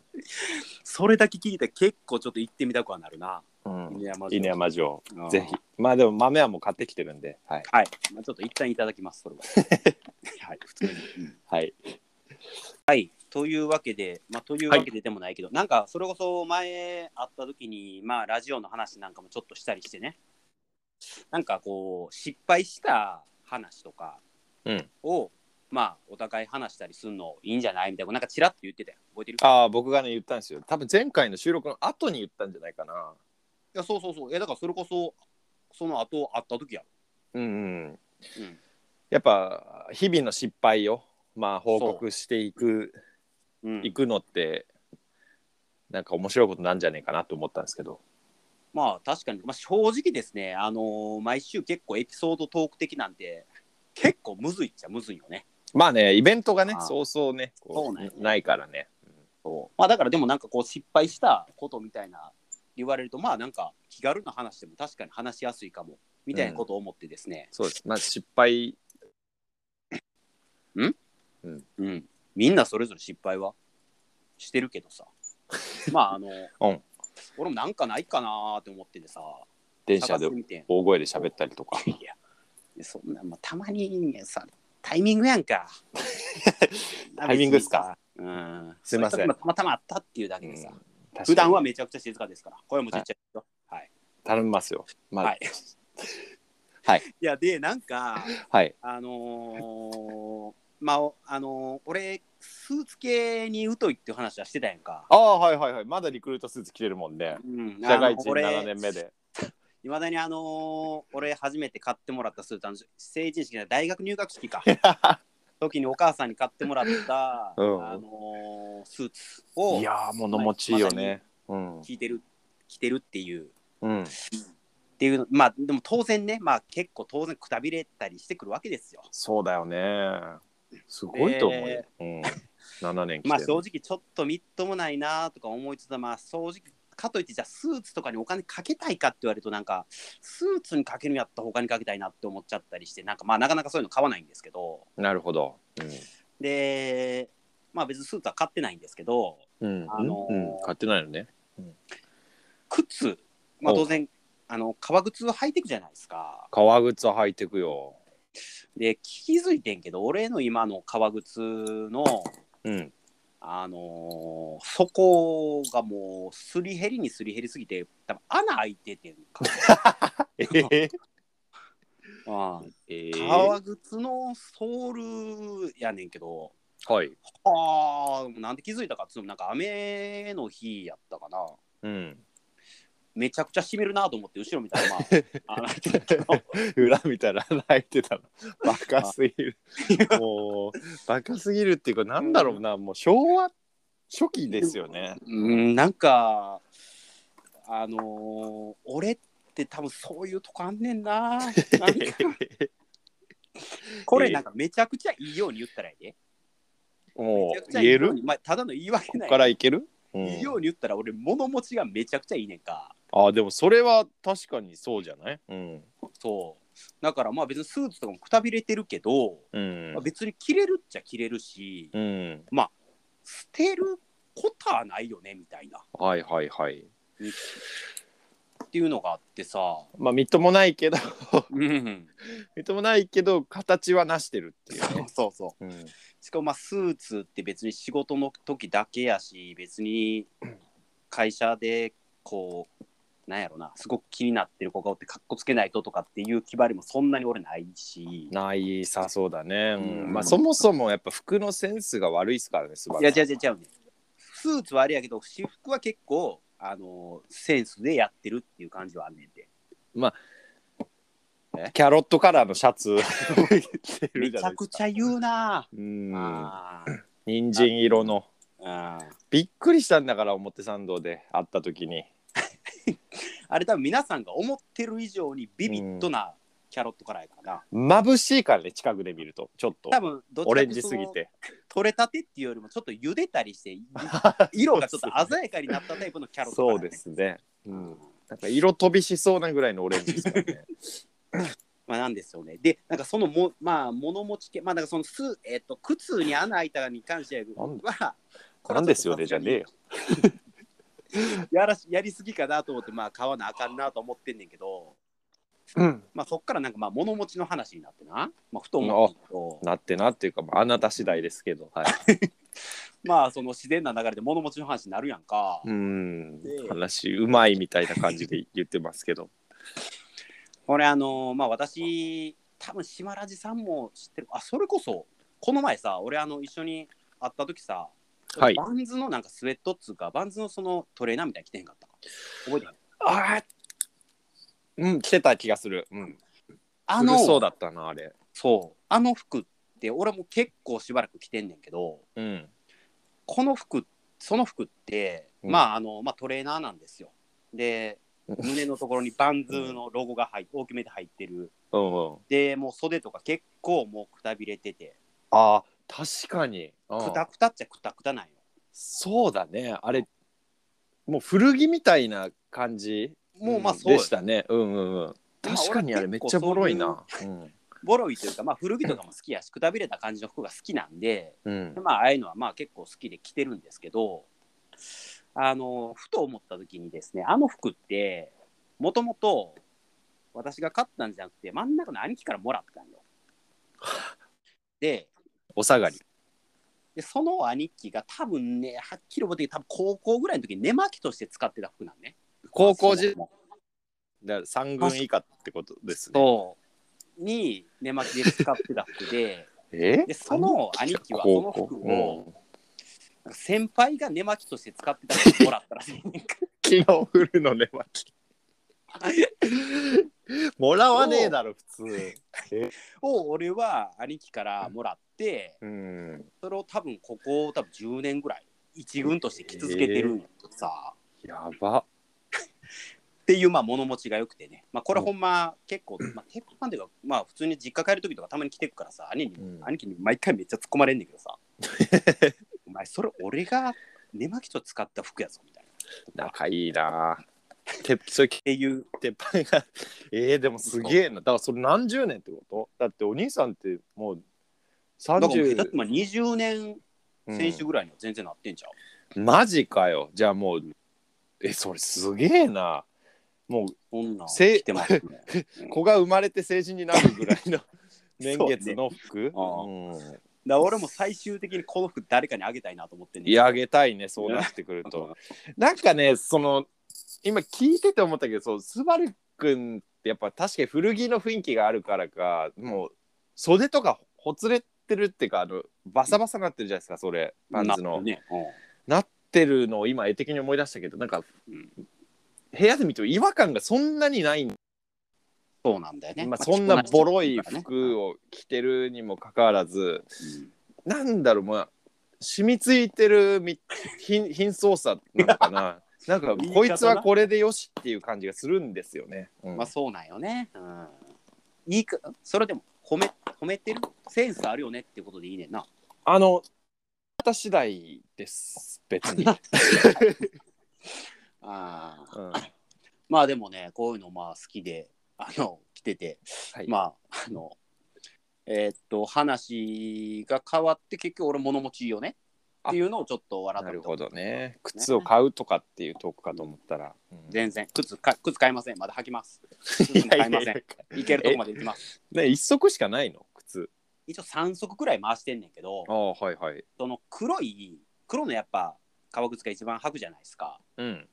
[SPEAKER 2] それだけ聞いて結構ちょっと行ってみたくはなるな。
[SPEAKER 1] うん、
[SPEAKER 2] 山
[SPEAKER 1] 犬山城
[SPEAKER 2] うん
[SPEAKER 1] ぜひまあでも豆はもう買ってきてるんではい、
[SPEAKER 2] はい。まあちょっと一旦いただきます、
[SPEAKER 1] *laughs*
[SPEAKER 2] それは。はい、普通に。うん
[SPEAKER 1] はい、
[SPEAKER 2] はい、というわけで、まあ、というわけででもないけど、なんかそれこそ前会った時に、まあ、ラジオの話なんかもちょっとしたりしてね、なんかこう、失敗した話とか
[SPEAKER 1] うん、
[SPEAKER 2] を、まあ、お互い話したりするのいいんじゃないみたいな、なんかちらっと言ってたよ。覚えてるい
[SPEAKER 1] ああ僕がね言ったんですよ多分前回の収録の後に言ったんじゃないかな
[SPEAKER 2] や、そうそうそう。え、だからそれこそ、その後会った時や
[SPEAKER 1] うんうん
[SPEAKER 2] ろ。うん。
[SPEAKER 1] やっぱ日々の失敗をまあ報告していく
[SPEAKER 2] うん
[SPEAKER 1] いくのってなんか面白いことなんじゃねえかなと思ったんですけど
[SPEAKER 2] まあ確かに、まあ、正直ですね、あのー毎週結構エピソードトーク的なんて、結構むずいっちゃむずいよね。
[SPEAKER 1] まあねイベントがね
[SPEAKER 2] あー
[SPEAKER 1] そうそうねこ
[SPEAKER 2] そうなんやね
[SPEAKER 1] ないからね
[SPEAKER 2] そうまあだからでもなんかこう失敗したことみたいな言われるとまあなんか気軽な話でも確かに話しやすいかもみたいなことを思ってですね、
[SPEAKER 1] そうですまあ失敗
[SPEAKER 2] うんみんなそれぞれ失敗はしてるけどさ
[SPEAKER 1] *laughs*
[SPEAKER 2] まああの、
[SPEAKER 1] うん
[SPEAKER 2] 俺もなんかないかなーって思っててさ
[SPEAKER 1] 電車で
[SPEAKER 2] 探してみて
[SPEAKER 1] 大声で喋ったりとか
[SPEAKER 2] いやそんな、まあ、たまにねさタイミングやんか
[SPEAKER 1] *laughs* タイミングっすか
[SPEAKER 2] うん
[SPEAKER 1] すいません
[SPEAKER 2] それとたまたまあったっていうだけでさ、
[SPEAKER 1] うん確かに
[SPEAKER 2] 普段はめちゃくちゃ静かですから声もちっちゃいけどはい
[SPEAKER 1] 頼みますよまあ
[SPEAKER 2] はい
[SPEAKER 1] はい
[SPEAKER 2] いやでなんか
[SPEAKER 1] はい
[SPEAKER 2] あのーまあおあのー俺スーツ系に疎いっていう話はしてたやんか。
[SPEAKER 1] ああはいはいはいまだリクルートスーツ着てるもんね
[SPEAKER 2] うん、
[SPEAKER 1] 社会人
[SPEAKER 2] あの
[SPEAKER 1] 7
[SPEAKER 2] 俺
[SPEAKER 1] 年目で
[SPEAKER 2] いまだにあのー俺初めて買ってもらったスーツあの成人式じゃない大学入学
[SPEAKER 1] *laughs*
[SPEAKER 2] 式か時にお母さんに買ってもらった、
[SPEAKER 1] うん
[SPEAKER 2] あのースーツ
[SPEAKER 1] い
[SPEAKER 2] を
[SPEAKER 1] やー物持ちいいよねうん
[SPEAKER 2] 着てる着てるっていう
[SPEAKER 1] うん
[SPEAKER 2] っていうまあでも当然ねまあ結構当然くたびれたりしてくるわけですよ。
[SPEAKER 1] そうだよねすごいと思うよ
[SPEAKER 2] で
[SPEAKER 1] うん7年
[SPEAKER 2] まあ
[SPEAKER 1] 着てる
[SPEAKER 2] 正直ちょっとみっともないなとか思いつつまあ正直かといってじゃあスーツとかにお金かけたいかって言われるとなんかスーツにかけるんやったら他にかけたいなって思っちゃったりしてなんかまあなかなかそういうの買わないんですけど
[SPEAKER 1] なるほどうん
[SPEAKER 2] でまあ別にスーツは買ってないんですけど
[SPEAKER 1] うん
[SPEAKER 2] あのー
[SPEAKER 1] うん、買ってないのね。
[SPEAKER 2] 靴、まあ、
[SPEAKER 1] お
[SPEAKER 2] 当然あの革靴を履いていくじゃないですか
[SPEAKER 1] 革靴履いてくよ。
[SPEAKER 2] で気づいてんけど俺の今の革靴の
[SPEAKER 1] うん。
[SPEAKER 2] あのー底がもうすり減りにすり減りすぎて多分穴開いててんか
[SPEAKER 1] えー、 *laughs*
[SPEAKER 2] ああ
[SPEAKER 1] え
[SPEAKER 2] 革靴のソールやねんけど
[SPEAKER 1] はい。
[SPEAKER 2] ああなんで気づいたかっつうのもなんか雨の日やったかな
[SPEAKER 1] うん。
[SPEAKER 2] めちゃくちゃしみるなと思って後ろ見たらま
[SPEAKER 1] *laughs*
[SPEAKER 2] あ穴開いてるけど
[SPEAKER 1] *laughs* 裏見たら泣いてたの。バカすぎる。もう、バカすぎるっていうか、なんだろうな、もう昭和初期ですよね。
[SPEAKER 2] うんなんかあのー俺って多分そういうとこあんねんな
[SPEAKER 1] *laughs*
[SPEAKER 2] なんかこれなんかめちゃくちゃいいように言ったらええで
[SPEAKER 1] も
[SPEAKER 2] めちゃく
[SPEAKER 1] う、
[SPEAKER 2] ちゃ
[SPEAKER 1] 言
[SPEAKER 2] いい
[SPEAKER 1] え
[SPEAKER 2] よう
[SPEAKER 1] る
[SPEAKER 2] にまあ、ただの言い訳
[SPEAKER 1] こ
[SPEAKER 2] な
[SPEAKER 1] っ
[SPEAKER 2] い
[SPEAKER 1] からいける、うん
[SPEAKER 2] いいように言ったら俺物持ちがめちゃくちゃいいねんか
[SPEAKER 1] あでもそれは確かにそうじゃないうん。
[SPEAKER 2] そうだからまあ別にスーツとかもくたびれてるけど、
[SPEAKER 1] うん
[SPEAKER 2] まあ。別に着れるっちゃ着れるし
[SPEAKER 1] うん。
[SPEAKER 2] 捨てることはないよねみたいな
[SPEAKER 1] はいはいはい。
[SPEAKER 2] っていうのがあってさ、
[SPEAKER 1] まあ、みっともないけど、
[SPEAKER 2] うん、
[SPEAKER 1] みっともないけど、形はなしてるっていう
[SPEAKER 2] そう
[SPEAKER 1] ね。
[SPEAKER 2] そうそう
[SPEAKER 1] うん
[SPEAKER 2] しかもまあスーツって別に仕事の時だけやし別に会社でこうなんやろなすごく気になってる子がおってかっこつけないととかっていう気張りもそんなに俺ないし
[SPEAKER 1] ないさそうだね、うん
[SPEAKER 2] うん
[SPEAKER 1] まあそもそもやっぱ服のセンスが悪いですからねスバ
[SPEAKER 2] い
[SPEAKER 1] ル
[SPEAKER 2] や
[SPEAKER 1] さん
[SPEAKER 2] 違う違う違うねスーツはあれやけど私服は結構あのセンスでやってるっていう感じはあんねんで
[SPEAKER 1] キャロットカラーのシャツ着て
[SPEAKER 2] め
[SPEAKER 1] るじ
[SPEAKER 2] ち
[SPEAKER 1] ゃな
[SPEAKER 2] ゃ
[SPEAKER 1] いです
[SPEAKER 2] く
[SPEAKER 1] か
[SPEAKER 2] ちゃ言うな
[SPEAKER 1] うん
[SPEAKER 2] あー
[SPEAKER 1] 人参色の
[SPEAKER 2] あー
[SPEAKER 1] びっくりしたんだから表参道で会った時に
[SPEAKER 2] あれ多分皆さんが思ってる以上にビビッドなキャロットカラーやからな、
[SPEAKER 1] 眩しいからね近くで見るとちょっと
[SPEAKER 2] 多分どっちか
[SPEAKER 1] オ
[SPEAKER 2] って
[SPEAKER 1] レ
[SPEAKER 2] いう
[SPEAKER 1] ン
[SPEAKER 2] と
[SPEAKER 1] ジすぎて
[SPEAKER 2] 取れたてっていうよりもちょっと茹でたりして
[SPEAKER 1] *laughs*
[SPEAKER 2] い色がちょっと鮮やかになったタイプのキャロット、
[SPEAKER 1] そうですすね、う
[SPEAKER 2] うん
[SPEAKER 1] ん、なんか色飛びしそうなぐらいのオレンジですからね
[SPEAKER 2] まあ、なんですよねでなんかそのもまあ物持ち系まあなんかそのす、えっと靴に穴開いたに関して
[SPEAKER 1] なん
[SPEAKER 2] はこ
[SPEAKER 1] *laughs*
[SPEAKER 2] れ
[SPEAKER 1] なん
[SPEAKER 2] はちょっと
[SPEAKER 1] ですよねじゃねえよ
[SPEAKER 2] やらしやりすぎかなと思ってまあ買わなあかんなと思ってんねんけど、
[SPEAKER 1] うん
[SPEAKER 2] まあ、そっからなんかまあ物持ちの話になってな、まあ、ふと思ったけど
[SPEAKER 1] なってなっていうか、まあ、あなた次第ですけど、はい、
[SPEAKER 2] まあその自然な流れで物持ちの話になるやんか、
[SPEAKER 1] うん
[SPEAKER 2] で
[SPEAKER 1] 話うまいみたいな感じで言ってますけど
[SPEAKER 2] これあのーまあ私多分島ラジさんも知ってるあそれこそこの前さ俺あの一緒に会った時さ、
[SPEAKER 1] はい
[SPEAKER 2] バンズのなんかスウェットっつうかバンズのそのトレーナーみたいに着てへんかった覚えてない
[SPEAKER 1] あうん来てた気がするうん
[SPEAKER 2] あの
[SPEAKER 1] 古そうだったなあれ
[SPEAKER 2] そうあの服って俺も結構しばらく着てんねんけど
[SPEAKER 1] うん
[SPEAKER 2] この服その服って、
[SPEAKER 1] うん
[SPEAKER 2] まああの、まあ、トレーナーなんですよで
[SPEAKER 1] うん
[SPEAKER 2] 胸のところにバンズのロゴが入っ大きめで入ってる
[SPEAKER 1] うんうん
[SPEAKER 2] でもう袖とか結構もうくたびれてて
[SPEAKER 1] あー確かに、うん
[SPEAKER 2] くたくたっちゃくたくたなんよ
[SPEAKER 1] そうだねあれもう古着みたいな感じ
[SPEAKER 2] もうまあ
[SPEAKER 1] ん
[SPEAKER 2] そうよ
[SPEAKER 1] でしたねうんうんうん
[SPEAKER 2] まあ
[SPEAKER 1] 確かにあれめっちゃボロいなうん
[SPEAKER 2] ボロいというか、まあ、古着とかも好きやしくたびれた感じの服が好きなんで、
[SPEAKER 1] うん
[SPEAKER 2] まあ、ああいうのはまあ結構好きで着てるんですけどあのふと思った時にですねあの服ってもともと私が買ったんじゃなくて真ん中の兄貴からもらったんよ。で
[SPEAKER 1] お下がり
[SPEAKER 2] でその兄貴が多分ねはっきり覚えてる多分高校ぐらいの時に寝巻きとして使ってた服なんね。
[SPEAKER 1] 高校時
[SPEAKER 2] 代
[SPEAKER 1] 代3軍以下ってことですね
[SPEAKER 2] そうに寝巻きで使ってた服で。
[SPEAKER 1] え
[SPEAKER 2] でその兄貴はその服を
[SPEAKER 1] うん
[SPEAKER 2] なんか先輩が寝巻きとして使ってたからもらったらしいねんか
[SPEAKER 1] 昨日フルの寝巻き *laughs* もらわねえだろ普通
[SPEAKER 2] を俺は兄貴からもらって
[SPEAKER 1] うん
[SPEAKER 2] それを多分ここ多分10年ぐらい一軍として着続けてるんやけどさ、
[SPEAKER 1] やば
[SPEAKER 2] っていうまあ物持ちが良くてね、まあ、これほんま結構、まあ、鉄板というかまあ普通に実家帰る時とかたまに着てくからさ兄に、
[SPEAKER 1] うん
[SPEAKER 2] 兄貴に毎回めっちゃ突っ込まれんねんけ
[SPEAKER 1] *laughs*
[SPEAKER 2] どさお前それ俺が寝巻きと使った服やぞみたいなっ
[SPEAKER 1] 仲いいなてそれ
[SPEAKER 2] ていう
[SPEAKER 1] 鉄板がえー、でもすげえなだからそれ何十年ってことだってお兄さんってもう
[SPEAKER 2] だからもう下手
[SPEAKER 1] 30
[SPEAKER 2] ってまあ20年
[SPEAKER 1] うん
[SPEAKER 2] 選手ぐらいには全然なってんちゃう、
[SPEAKER 1] マジかよじゃあもうえそれすげえなもう
[SPEAKER 2] こんなん
[SPEAKER 1] せ
[SPEAKER 2] 着て
[SPEAKER 1] *laughs*
[SPEAKER 2] ますね。
[SPEAKER 1] 子が生まれて成人になるぐらい
[SPEAKER 2] *laughs*
[SPEAKER 1] の年月の服
[SPEAKER 2] そう
[SPEAKER 1] うん
[SPEAKER 2] だから俺も最終的にこの服誰かにあげたいなと思ってんねん
[SPEAKER 1] いやあげたいねそうなってくるとなんかねその今聞いてて思ったけどそうスバルくんってやっぱ確かに古着の雰囲気があるからかもう袖とかほつれてるっていうかあのバサバサになってるじゃないですかそれパンツの。
[SPEAKER 2] ねうん
[SPEAKER 1] なってるのを今絵的に思い出したけどなんか、
[SPEAKER 2] うん
[SPEAKER 1] 部屋で見ても違和感がそんなにないんだ、
[SPEAKER 2] そうなんだよね。
[SPEAKER 1] まあ、
[SPEAKER 2] あ
[SPEAKER 1] そんなボロい
[SPEAKER 2] を。
[SPEAKER 1] 服を着てるにもかかわらず、なんだろうまあ染みついてるみ貧貧相さなのか *laughs* ななんか
[SPEAKER 2] 言い方な
[SPEAKER 1] こいつはこれでよしっていう感じがするんですよね。う
[SPEAKER 2] うん
[SPEAKER 1] ん
[SPEAKER 2] まあそうなんよね。うん。いいか、それでも褒め、褒めてるセンスあるよねってことでいいねんな。
[SPEAKER 1] あの私次第です別 *laughs* に、
[SPEAKER 2] ああ。
[SPEAKER 1] うん
[SPEAKER 2] まあでもね、こういうのまあ好きで、あの、来てて、
[SPEAKER 1] はい
[SPEAKER 2] まあ、あの、えーっと、話が変わって結局俺物持ちいいよねっていうのをちょっと笑った
[SPEAKER 1] なる
[SPEAKER 2] とこ
[SPEAKER 1] ほどね靴を買うとかっていうトークかと思ったら、うん
[SPEAKER 2] 全然靴か靴買いませんまだ履きます靴
[SPEAKER 1] い
[SPEAKER 2] も
[SPEAKER 1] や
[SPEAKER 2] 買
[SPEAKER 1] いや
[SPEAKER 2] いま
[SPEAKER 1] い
[SPEAKER 2] せん
[SPEAKER 1] や
[SPEAKER 2] いけるとこまで行きます
[SPEAKER 1] ね一足しかないの靴
[SPEAKER 2] 一応3足くらい回してんねんけど
[SPEAKER 1] ああはいはい
[SPEAKER 2] その黒い黒のやっぱ革靴が一番履くじゃないですか
[SPEAKER 1] うん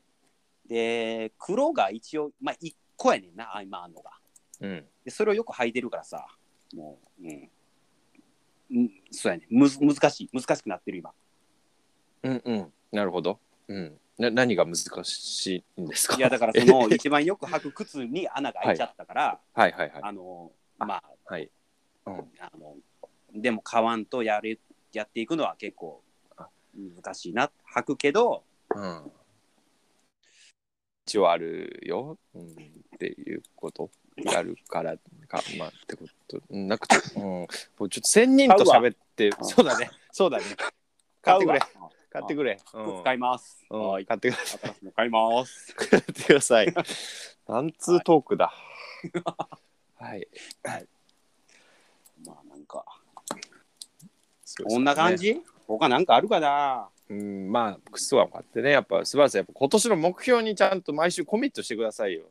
[SPEAKER 2] で黒が一応まあ1個やねんなあ今あんのが
[SPEAKER 1] うん
[SPEAKER 2] でそれをよく履いてるからさもううん、うん、そうやねむず難しい難しくなってる今
[SPEAKER 1] うんうんなるほどうんな何が難しいんですか
[SPEAKER 2] いやだからそ
[SPEAKER 1] *laughs*
[SPEAKER 2] の一番よく履く靴に穴が開いちゃったから、
[SPEAKER 1] はいはいはい
[SPEAKER 2] あのまあ
[SPEAKER 1] はいうん
[SPEAKER 2] あのでも買わんとやるやっていくのは結構
[SPEAKER 1] あ
[SPEAKER 2] 難しいな履くけど
[SPEAKER 1] うん一応あるよ、うん、っていうことやるからかまあってことうんなんかちょっと、うん、もうちょっと仙人と喋って
[SPEAKER 2] わ
[SPEAKER 1] そうだねそうだね買ってくれ
[SPEAKER 2] 買うわ
[SPEAKER 1] 買ってくれ、う
[SPEAKER 2] うん
[SPEAKER 1] ん
[SPEAKER 2] 靴買います、
[SPEAKER 1] う
[SPEAKER 2] は
[SPEAKER 1] ん、
[SPEAKER 2] い
[SPEAKER 1] 買ってください
[SPEAKER 2] 新しいの買います
[SPEAKER 1] やってください。 *laughs* なんつうトークだ。はい。
[SPEAKER 2] まあなんか、
[SPEAKER 1] そうですね
[SPEAKER 2] こんな感。じ他なんかあるかな
[SPEAKER 1] うん、まあ、クソはこうやってね、やっぱ、素晴らしい。やっぱ今年の目標にちゃんと毎週コミットしてくださいよ。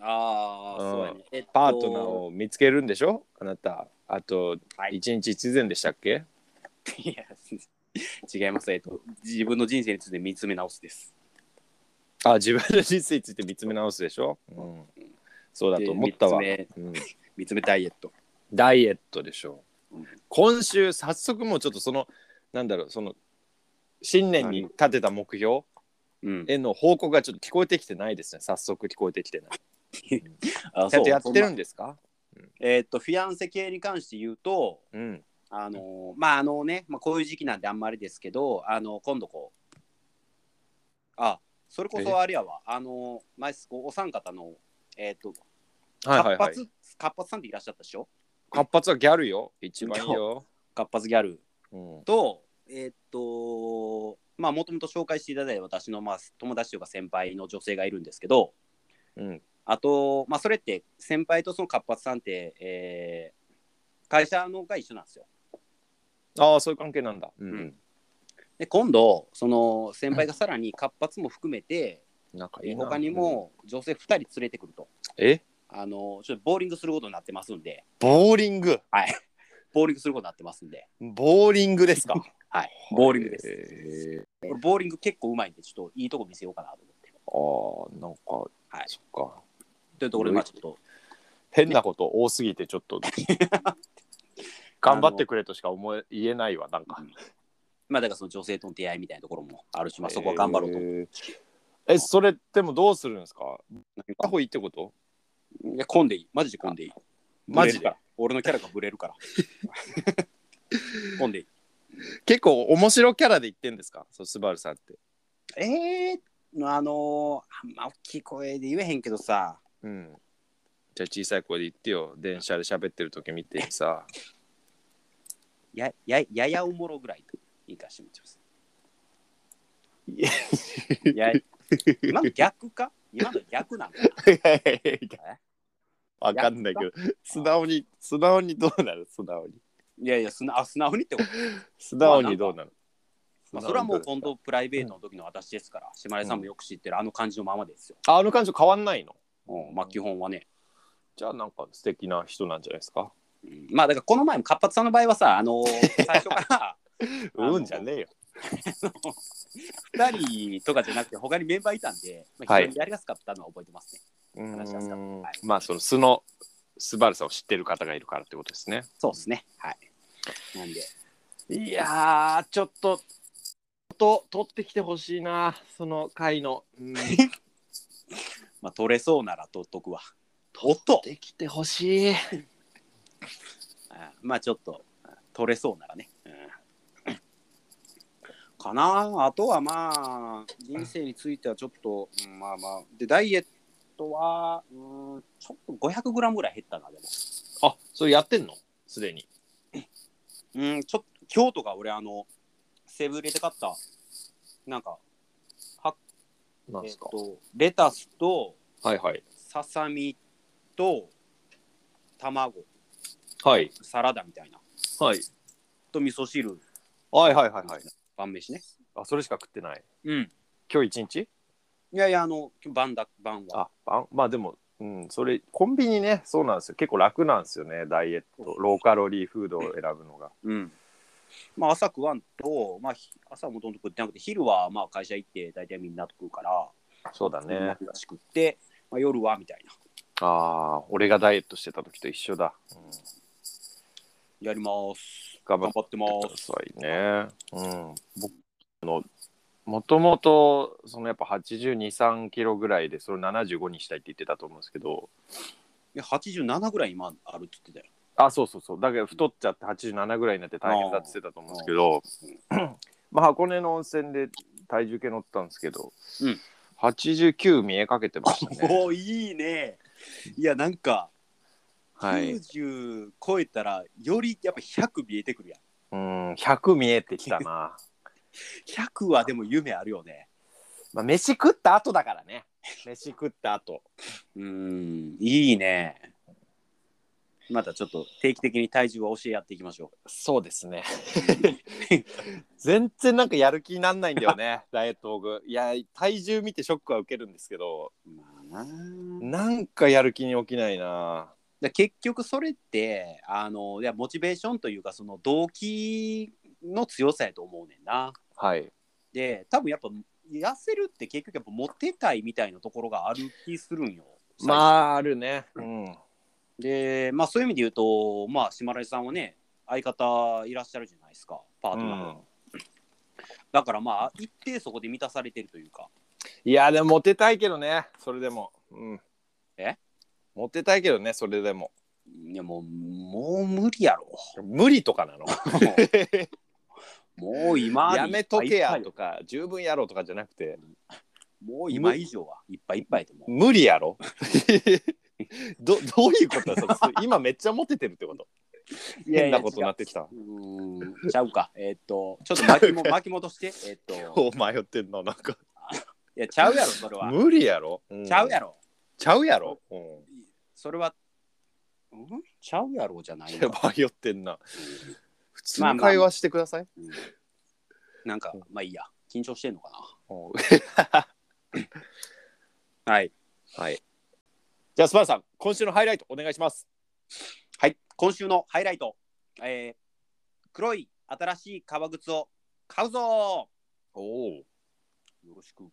[SPEAKER 2] ああ、
[SPEAKER 1] うん
[SPEAKER 2] そうやね。えっと
[SPEAKER 1] パートナーを見つけるんでしょあなた。あと
[SPEAKER 2] はい
[SPEAKER 1] 一日一善でしたっけ、
[SPEAKER 2] いや *laughs* 違います。えっと、自分の人生について見つめ直すです。
[SPEAKER 1] あ、自分の人生について見つめ直すでしょ、うん、そうだと思ったわ。
[SPEAKER 2] で
[SPEAKER 1] うん、
[SPEAKER 2] 見つめダイエット。
[SPEAKER 1] ダイエットでしょ
[SPEAKER 2] うん
[SPEAKER 1] 今週、早速もうちょっとその、なんだろう、その、新年に立てた目標、
[SPEAKER 2] うん。
[SPEAKER 1] への報告がちょっと聞こえてきてないですね。早速聞こえてきてない。
[SPEAKER 2] あ
[SPEAKER 1] ちゃんとやっ
[SPEAKER 2] そ
[SPEAKER 1] てる
[SPEAKER 2] んなん
[SPEAKER 1] ですか？
[SPEAKER 2] えっと、フィアンセ系に関して言うと、
[SPEAKER 1] うん。
[SPEAKER 2] あのまああのね、まあ、こういう時期なんであんまりですけど、あの今度こう、あそれこそあれやわ、あの前すこうお三方の、えっと、
[SPEAKER 1] はいはいはい
[SPEAKER 2] 活。発活発さんっていらっしゃったでしょ
[SPEAKER 1] 活発はギャルよ。一番いいよ。
[SPEAKER 2] 活発ギャル
[SPEAKER 1] うん。
[SPEAKER 2] と、えーっと、まあ、もともと紹介していただいた私の、まあ、友達というか先輩の女性がいるんですけど、
[SPEAKER 1] うん。
[SPEAKER 2] あと、まあ、それって、先輩とその活発さんって、えー会社のが一緒なんですよ。
[SPEAKER 1] ああそういう関係なんだ。う
[SPEAKER 2] うんん。で、今度、その先輩がさらに活発も含めて、
[SPEAKER 1] 仲い
[SPEAKER 2] え
[SPEAKER 1] い
[SPEAKER 2] ー
[SPEAKER 1] な。
[SPEAKER 2] 他にも女性2人連れてくると。
[SPEAKER 1] うん。え？
[SPEAKER 2] あのちょっとボーリングすることになってますんで、
[SPEAKER 1] ボーリング。
[SPEAKER 2] ボーリングすることになってますんで、
[SPEAKER 1] ボーリングですか？
[SPEAKER 2] はい、 *laughs* ボーリングです。
[SPEAKER 1] へえ
[SPEAKER 2] 俺、ボーリング結構うまいんで、ちょっといいとこ見せようかなと思って。
[SPEAKER 1] ああなんか、
[SPEAKER 2] はい
[SPEAKER 1] そっか。
[SPEAKER 2] というところで、まあ、ちょっと
[SPEAKER 1] 変なこと多すぎてちょっ *laughs* と頑張ってくれとしか思え言えないわなんか。
[SPEAKER 2] まあだからその女性との出会いみたいなところもあるし、まあ、そこは頑張ろうと
[SPEAKER 1] へ
[SPEAKER 2] 思う。
[SPEAKER 1] ええそれでもどうするんですか？片方いいってこと？
[SPEAKER 2] いや、混んでいい。マジで混んでいい。
[SPEAKER 1] マジで
[SPEAKER 2] ブレるから俺のキャラがブレ *laughs* るから。混んでいい。
[SPEAKER 1] 結構面白キャラで言ってんですかそうスバルさんって。
[SPEAKER 2] えー、あのー、あんま大きい声で言えへんけどさ、
[SPEAKER 1] うん。じゃあ小さい声で言ってよ。電車で喋ってる時見てさ。
[SPEAKER 2] ややややおもろぐらいと言いかしてみてます。や今の逆か今の逆なんだ *laughs*
[SPEAKER 1] わかんないけど、素直に、素直にどうなる素直に。
[SPEAKER 2] いやいや、素直あ素直にってこと
[SPEAKER 1] 素直にどうなる素
[SPEAKER 2] まあ、それはもう本当プライベートの時の私ですから、島根さんもよく知ってるあの感じのままですよ。
[SPEAKER 1] あの感じ変わんないの
[SPEAKER 2] うん、まあ基本はね。
[SPEAKER 1] じゃあなんか素敵な人なんじゃないですか
[SPEAKER 2] うんまあだからこの前も活発さんの場合はさ、あのー最初から
[SPEAKER 1] うんじゃねえよ
[SPEAKER 2] 2人とかじゃなくて他にメンバーいたんで、まあ、
[SPEAKER 1] は
[SPEAKER 2] 非
[SPEAKER 1] い
[SPEAKER 2] 常にやりやすかったのは覚えてますね。
[SPEAKER 1] うー
[SPEAKER 2] 話しやすかった
[SPEAKER 1] ん
[SPEAKER 2] はい
[SPEAKER 1] まあその素の素晴らしさを知ってる方がいるからってことですね
[SPEAKER 2] そうですね。はい。なんで、
[SPEAKER 1] いやーちょっとと取ってきてほしいなその回の、うん、取
[SPEAKER 2] まあ取れそうなら取っとくわ。おっと
[SPEAKER 1] てきてほしい
[SPEAKER 2] あまあちょっと取れそうならね。うんかなあとはまあ人生についてはちょっと、うんまあまあでダイエットは、うん、ちょっと 500g ぐらい減ったなでも、
[SPEAKER 1] あそれやってんのすでに
[SPEAKER 2] うん、ちょっと今日とか俺あのセブン入れて買ったなんか、
[SPEAKER 1] な
[SPEAKER 2] えっ
[SPEAKER 1] すか、
[SPEAKER 2] とレタスと
[SPEAKER 1] はいはい
[SPEAKER 2] ささみと卵
[SPEAKER 1] はい
[SPEAKER 2] サラダみたいな
[SPEAKER 1] はい
[SPEAKER 2] と味噌汁
[SPEAKER 1] はいはいはいはい
[SPEAKER 2] 晩飯ね
[SPEAKER 1] あそれしか食ってない
[SPEAKER 2] うん
[SPEAKER 1] 今日一日
[SPEAKER 2] いやいやあの晩だ晩は
[SPEAKER 1] ああまあでもうんそれコンビニねそうなんですよ結構楽なんですよねダイエットローカロリーフードを選ぶのが
[SPEAKER 2] うん。まあ、朝食わんと、まあ、ひ朝はもともと食ってなくて、昼はまあ会社行って、大体みんなと食うから、
[SPEAKER 1] そうだ
[SPEAKER 2] みんな
[SPEAKER 1] ね
[SPEAKER 2] と食って、まあ、夜はみたいな。
[SPEAKER 1] ああ俺がダイエットしてた時と一緒だ、うん、
[SPEAKER 2] やります。
[SPEAKER 1] 頑張っ
[SPEAKER 2] 頑張ってま
[SPEAKER 1] ってくだ
[SPEAKER 2] す。
[SPEAKER 1] さいね。うん、僕のもともとそのやっぱ823キロぐらいでそれを75にしたいって言ってたと思うんですけど
[SPEAKER 2] で87ぐらい今あるって言ってたよ。
[SPEAKER 1] あそうそうそうだけど太っちゃって87ぐらいになって大変だって言ってたと思うんですけど *clears throat* まあ箱根の温泉で体重計乗ったんですけど、
[SPEAKER 2] うん
[SPEAKER 1] 89見えかけてました *laughs* ね。
[SPEAKER 2] おお、いいね。いや、なんか、
[SPEAKER 1] はい、
[SPEAKER 2] 90超えたら、よりやっぱ100見えてくるやん。
[SPEAKER 1] うん100見えてきたな。
[SPEAKER 2] 100はでも夢あるよね。
[SPEAKER 1] まあ飯食った後だからね飯食った後
[SPEAKER 2] うーん、いいね。またちょっと定期的に体重を教え合っていきましょ
[SPEAKER 1] そうです *laughs* ね。全然なんかやる気になんないんだよね、ダイエット僕。いや、体重見てショックは受けるんですけど、
[SPEAKER 2] う。まあな
[SPEAKER 1] なんかやる気に起きないな。
[SPEAKER 2] で結局それってあのいやモチベーションというかその動機の強さやと思うねんな。
[SPEAKER 1] はい。
[SPEAKER 2] で多分やっぱ痩せるって結局やっぱモテたいみたいなところがある気するんよ。
[SPEAKER 1] まあ、あるね。うん。
[SPEAKER 2] でまあそういう意味で言うとまあ島田さんはね相方いらっしゃるじゃないですかパートナーが、
[SPEAKER 1] うん
[SPEAKER 2] だからまあ一定そこで満たされてるというか
[SPEAKER 1] いや、でもモテたいけどね、それでも。うん。
[SPEAKER 2] え
[SPEAKER 1] モテたいけどね、それでも。
[SPEAKER 2] いやもうもう無理や
[SPEAKER 1] *laughs*
[SPEAKER 2] ろ
[SPEAKER 1] 無理とかなの。
[SPEAKER 2] もう今
[SPEAKER 1] やめとけや
[SPEAKER 2] いっぱいいっ
[SPEAKER 1] とか、十分やろうとかじゃなくて、
[SPEAKER 2] ぱいもう今以上はいっぱいいっぱいでもう
[SPEAKER 1] 無理やろ。 *laughs* どどういうことだそれ今めっちゃモテてるってこと変なことになってきた。
[SPEAKER 2] うーんちゃうか。えーっと、ちょっと巻き
[SPEAKER 1] *laughs*
[SPEAKER 2] も巻き戻して。えーっと、
[SPEAKER 1] お迷ってんのなんか
[SPEAKER 2] いや、ちゃうやろ、それは。
[SPEAKER 1] 無理やろ、
[SPEAKER 2] ちゃうや
[SPEAKER 1] ろ
[SPEAKER 2] ろ。
[SPEAKER 1] ちゃうやろ、うん
[SPEAKER 2] それは、うんちゃうやろじゃない
[SPEAKER 1] い
[SPEAKER 2] の
[SPEAKER 1] や
[SPEAKER 2] か。
[SPEAKER 1] 迷ってんな普通
[SPEAKER 2] まあ
[SPEAKER 1] に
[SPEAKER 2] まあ
[SPEAKER 1] 会話してください、
[SPEAKER 2] うんなんか、まあいいや。緊張してんのか
[SPEAKER 1] うん
[SPEAKER 2] な。はい。
[SPEAKER 1] はいじゃあスパルさん今週のハイライトお願いします
[SPEAKER 2] はい。今週のハイライト。えー、黒い新しい革靴を買うぞ
[SPEAKER 1] おお
[SPEAKER 2] よろしく。